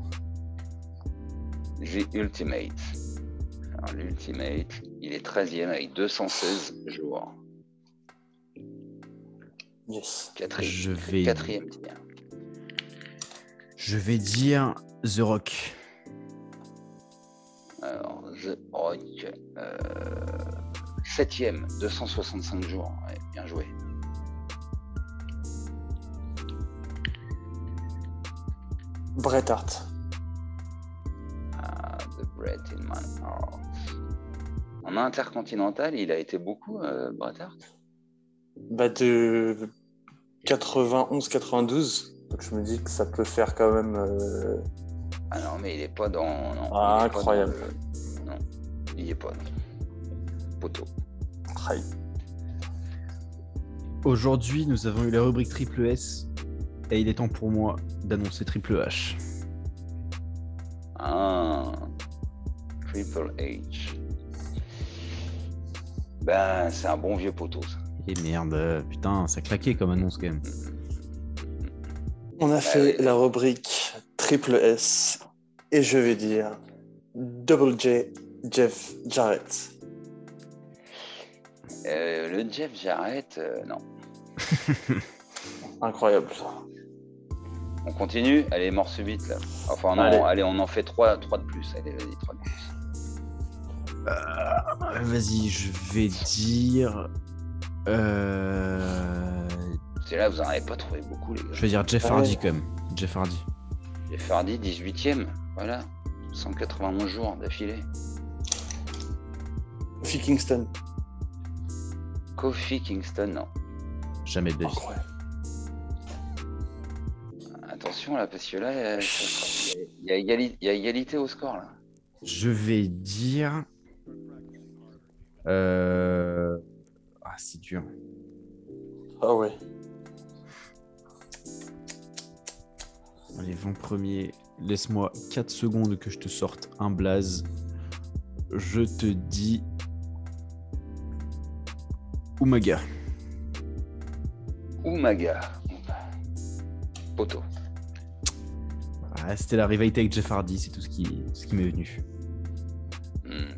D: The Ultimate. Alors l'Ultimate, il est 13ème avec 216 jours.
B: Yes.
D: Quatrième.
A: je vais,
D: Quatrième tir.
A: je vais dire The Rock.
D: Alors, The Rock, euh, septième, 265 jours. Ouais, bien joué.
B: Bret Hart.
D: Ah, the Bret in my heart. En intercontinental, il a été beaucoup, euh, Bret Hart.
B: Bah de 91-92. Donc je me dis que ça peut faire quand même. euh,
D: Ah non, mais il est pas dans. non,
B: Ah,
D: il est pas
B: incroyable.
D: dans le- Non, il est pas. dans- Poteau.
B: trahi.
A: Aujourd'hui, nous avons eu la rubrique Triple S et il est temps pour moi d'annoncer Triple H.
D: Ah, Triple H. Ben, c'est un bon vieux poteau, ça.
A: Et merde, euh, putain, ça claquait comme annonce quand même.
B: On a fait
D: oui.
B: la rubrique triple S et je vais dire Double J Jeff Jarrett.
D: Euh, le Jeff Jarrett, euh, non.
B: Incroyable.
D: On continue Allez, mort subite là. Enfin non,
B: Allez.
D: allez, on en fait trois, trois de plus. Allez, vas-y, trois de plus.
A: Euh, Vas-y, je vais dire. euh,
D: C'est là, vous en avez pas trouvé beaucoup, les gars.
A: Je vais dire Jeff
B: Ah ouais.
A: Hardy quand même. Jeff Hardy.
D: Et Fardy, 18ème, voilà. 191 jours d'affilée.
B: Kofi Kingston.
D: Kofi Kingston, non.
A: Jamais de la vie.
B: Incroyable.
D: Attention là, parce que là, euh, ça- il y, a égali- il y a égalité au score là.
A: Je vais dire. Euh... Ah, c'est dur.
B: Ah ouais.
A: Les 20 premiers. Laisse-moi 4 secondes que je te sorte un blaze. Je te dis. Umaga.
D: Umaga. Poto.
A: Ah, C'était la rivalité avec Jeff Hardy, c'est tout ce qui, ce qui m'est venu.
D: Hmm.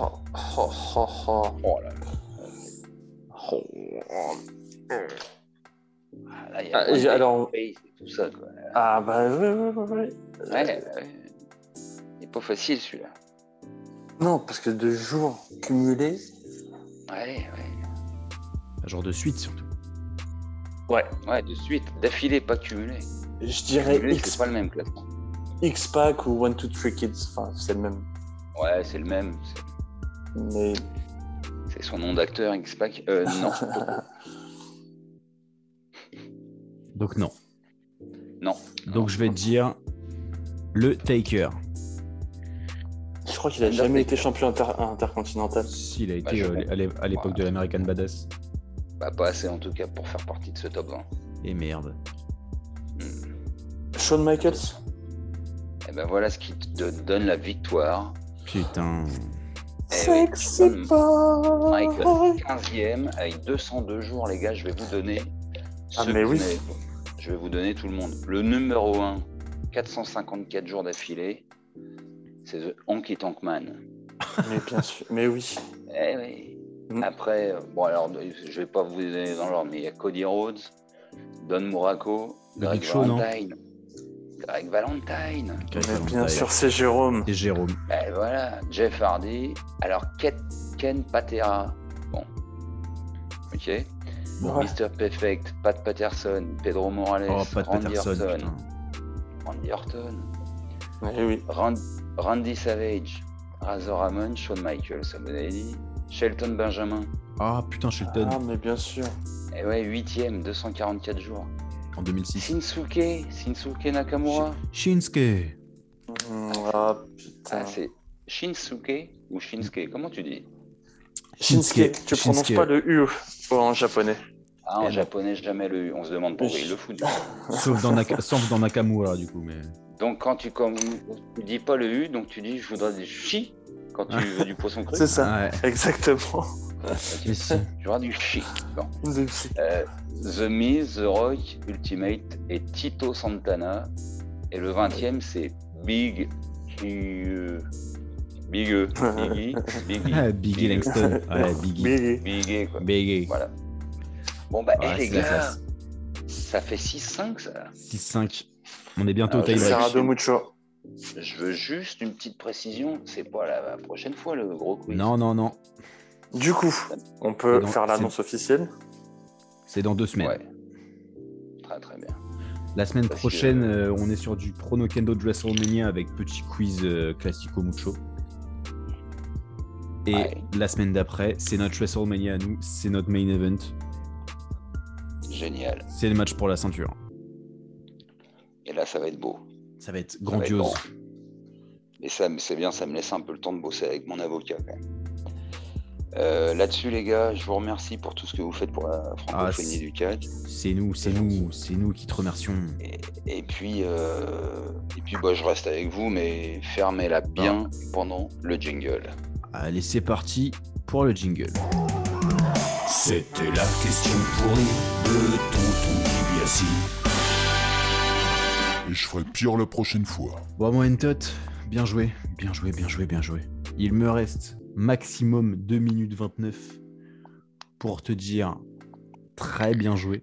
B: Oh, oh, oh, oh.
D: Oh là là.
B: Oh.
D: Ah, là, il y a
B: Ah,
D: plein de
B: j'ai- alors-
D: face et tout ça, quoi.
B: Ah bah ouais, ouais, ouais, ouais.
D: Ouais, ouais. Il est pas facile celui-là.
B: Non, parce que deux jours cumulés.
D: Ouais, ouais.
A: Genre de suite surtout.
B: Ouais.
D: Ouais, de suite, d'affilée, pas cumulé.
B: Je dirais
D: Cumulé, c'est
B: X-
D: pas le même classement.
B: X-Pac ou One, Two, Three Kids. Enfin, c'est le même.
D: Ouais, c'est le même. c'est-
B: Mais
D: C'est son nom d'acteur, X-Pac. Euh, non.
A: Donc non.
D: Non.
A: Donc je vais te dire le Taker.
B: je crois
D: Ah,
B: qu'il a jamais été champion inter- intercontinental.
A: S'il a
D: Bah,
A: été
D: je
A: euh,
D: comprends.
A: à l'é- à l'époque de l'American Badass.
D: Bah, pas assez en tout cas pour faire partie de ce top 20.
A: Et merde.
D: Hmm.
B: Shawn Michaels.
D: Et ben voilà ce qui te don- donne la victoire.
A: Putain.
D: Eh oui, Shawn
B: boy.
D: Michael, 15e, avec 202 jours, les gars, je vais vous donner.
B: Ah,
D: ceux
B: mais
D: qui
B: oui.
D: n'avaient pas. Je vais vous donner tout le monde. Le numéro 1, 454 jours d'affilée, c'est The Honky Tonk Man.
B: Mais bien sûr. Mais oui.
D: Eh oui.
B: Mm.
D: Après, euh, bon, alors, je vais pas vous les donner dans l'ordre, mais il y a Cody Rhodes, Don Morocco,
A: Le
D: Greg
A: Big Show, non
D: Valentine. Greg Valentine.
B: Mais bien sûr, c'est Jérôme.
A: C'est Jérôme.
D: Ben voilà, Jeff Hardy. Alors, Ken, Ken Patera. Bon. Ok.
A: Bon.
B: Ouais.
D: Mr. Perfect, Pat Patterson, Pedro Morales,
A: Oh, Pat
D: Randy
A: Patterson,
D: Orton.
A: putain.
D: Randy Orton.
B: Mais oui.
D: Rand- Randy Savage, Razor Ramon, Shawn Michaels, comme vous avez dit. Shelton Benjamin.
A: Ah putain, Shelton,
B: Ah, mais bien sûr.
D: Et ouais, 8ème, 244 jours.
A: en 2006.
D: Shinsuke, Shinsuke Nakamura.
A: Shinsuke.
B: Mm, Ah, putain.
D: Ah, c'est Shinsuke ou Shinsuke, comment tu dis
B: Shinsuke.
A: Shinsuke.
B: Tu prononces
A: Shinsuke.
B: pas le U en japonais.
D: Ah, en
A: Eh ben.
D: japonais, jamais le U. On se demande pourquoi
B: Oui.
D: il le fout.
A: Sauf dans, Naka- Sauf dans Nakamura, du coup. Mais...
D: Donc quand tu, comme, tu dis pas le U, donc tu dis je voudrais du chi quand tu veux du poisson cru.
B: C'est ça.
A: Ouais.
B: Ah. Exactement.
A: Mais si.
D: Je voudrais du chi. Bon.
B: Le-
D: Euh, The Miz, The Rock, Ultimate et Tito Santana. Et le 20 e c'est Big E. Big E. Biggie.
A: Ah,
D: Biggie.
A: Biggie Langston. Ouais, Biggie.
B: Mais
D: Biggie, quoi.
A: Biggie.
D: Voilà. Bon bah,
A: Ouais,
D: eh, les
A: c'est la
D: gars,
A: classe.
D: ça fait 6-5 ça.
A: 6-5. On est bientôt au
D: Ah, c'est
A: tie-break.
D: ça.
B: Serrado Mucho.
D: Je veux juste une petite précision, c'est pas la prochaine fois le gros quiz.
A: Non, non, non.
B: Du coup, on
A: C'est
B: peut
A: dans-
B: faire l'annonce officielle.
A: C'est dans deux semaines.
D: Ouais. Très très bien.
A: La semaine
D: Parce que-
A: prochaine, euh, on est sur du Prono Kendo de WrestleMania avec petit quiz euh, Classico Mucho. Et
D: Ouais.
A: la semaine d'après, c'est notre WrestleMania à nous, c'est notre main event,
D: Génial.
A: c'est le match pour la ceinture.
D: Et là, ça va être beau.
A: Ça va être
D: Ça va être
A: grandiose.
D: grand. Et ça, c'est bien, ça me laisse un peu le temps de bosser avec mon avocat quand même. Euh, Là-dessus, les gars, je vous remercie pour tout ce que vous faites pour la francophonie
A: c'est-
D: du CAC.
A: C'est nous, c'est nous, c'est nous qui te remercions.
D: Et puis, euh, et puis bah, je reste avec vous, mais fermez-la bien pendant le jingle.
A: Allez, c'est parti pour le jingle.
E: C'était la question pourrie de Tonton Kibiassi.
F: Et je ferai pire la prochaine fois.
A: Bon, mon Hentot, bien joué, bien joué, bien joué, bien joué. Il me reste maximum 2 minutes 29 pour te dire très bien joué.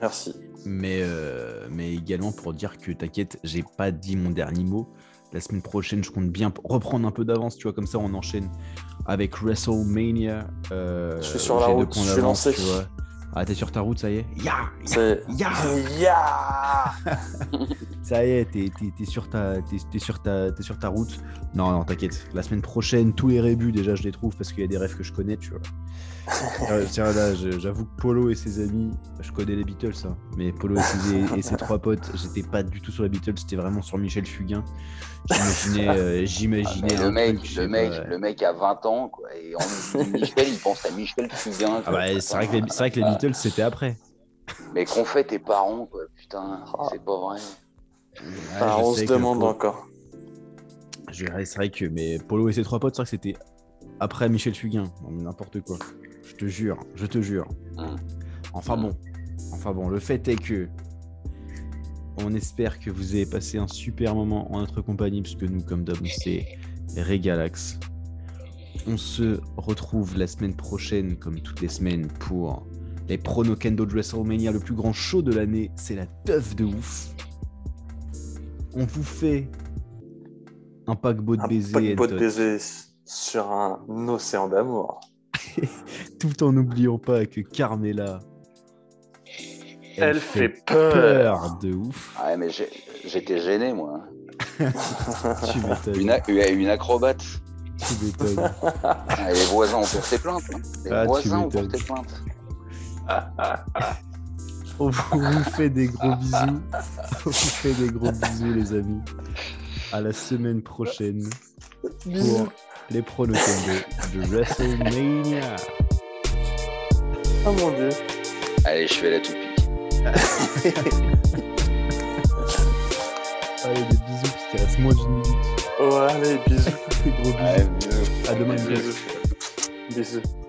B: Merci.
A: mais, euh, mais également pour dire que t'inquiète, j'ai pas dit mon dernier mot. La semaine prochaine, je compte bien reprendre un peu d'avance, tu vois, comme ça on enchaîne avec WrestleMania. euh,
B: Je suis sur la
A: j'ai deux
B: route,
A: points
B: je suis
A: d'avance,
B: lancé.
A: tu vois. Ah, t'es sur ta route, ça y est Ya
B: C'est.
A: Ya Ah,
B: Yeah
A: Ça y est, t'es, t'es- t'es sur ta, t'es, t'es sur ta, t'es sur ta route. Non, non, t'inquiète. La semaine prochaine, tous les rébus, déjà, je les trouve parce qu'il y a des rêves que je connais, tu vois. Euh, tiens, là, je- j'avoue que Polo et ses amis, je connais les Beatles, hein, mais Polo et ses, et ses trois potes, j'étais pas du tout sur les Beatles, j'étais vraiment sur Michel Fugain. J'imaginais, euh,
D: Ah,
A: j'imaginais
D: mais
A: un
D: le
A: truc,
D: mec,
A: je
D: le
A: sais
D: mec,
A: pas, ouais.
D: le mec a 20 ans, quoi. Et en Michel, il pense à Michel Fugain.
A: Ah
D: quoi.
A: bah, c'est vrai que les, c'est vrai que les Beatles, c'était après.
D: Mais qu'ont fait tes parents, quoi. Putain,
B: Ah.
D: c'est pas vrai.
A: Ouais,
B: Alors,
A: je
B: on
A: sais
B: se
A: que le
B: demande
A: pauvre-
B: encore.
A: Je dirais, c'est vrai que mais Polo et ses trois potes, c'est vrai que c'était après Michel Fugain. Non, mais N'importe quoi. Je te jure, je te jure.
B: Mmh.
D: Mm.
A: Enfin
D: Mm.
A: bon, enfin bon, le fait est que on espère que vous avez passé un super moment en notre compagnie, puisque nous, comme d'hab, c'est Régalax. On se retrouve la semaine prochaine, comme toutes les semaines, pour les pronos Kendo de WrestleMania, le plus grand show de l'année. C'est la teuf de ouf. On vous fait un paquebot de
B: Un
A: baisers,
B: paquebot de
A: Elton.
B: baiser sur un océan d'amour.
A: tout en n'oubliant pas que Carmela.
B: Elle, fait peur.
A: peur de ouf.
D: Ah, Ouais, mais j'ai- j'étais gêné, moi. hein.
A: Tu
D: Une,
A: m'étonnes.
D: a- une acrobate.
A: Tu m'étonnes.
D: Ah, les voisins ont porté plainte. hein. Les
A: Ah, tu
D: voisins ont
A: m'étonnes.
D: porté plainte.
A: On vous fait des gros bisous. On vous fait des gros bisous, les amis. À la semaine prochaine pour les pronos de de WrestleMania.
B: Oh mon dieu.
D: Allez, je fais la toupie.
A: Allez, des bisous, parce qu'il reste moins d'une minute.
B: Oh, allez, bisous.
A: Des gros bisous.
D: bisous.
A: À demain, les gars.
B: Bisous.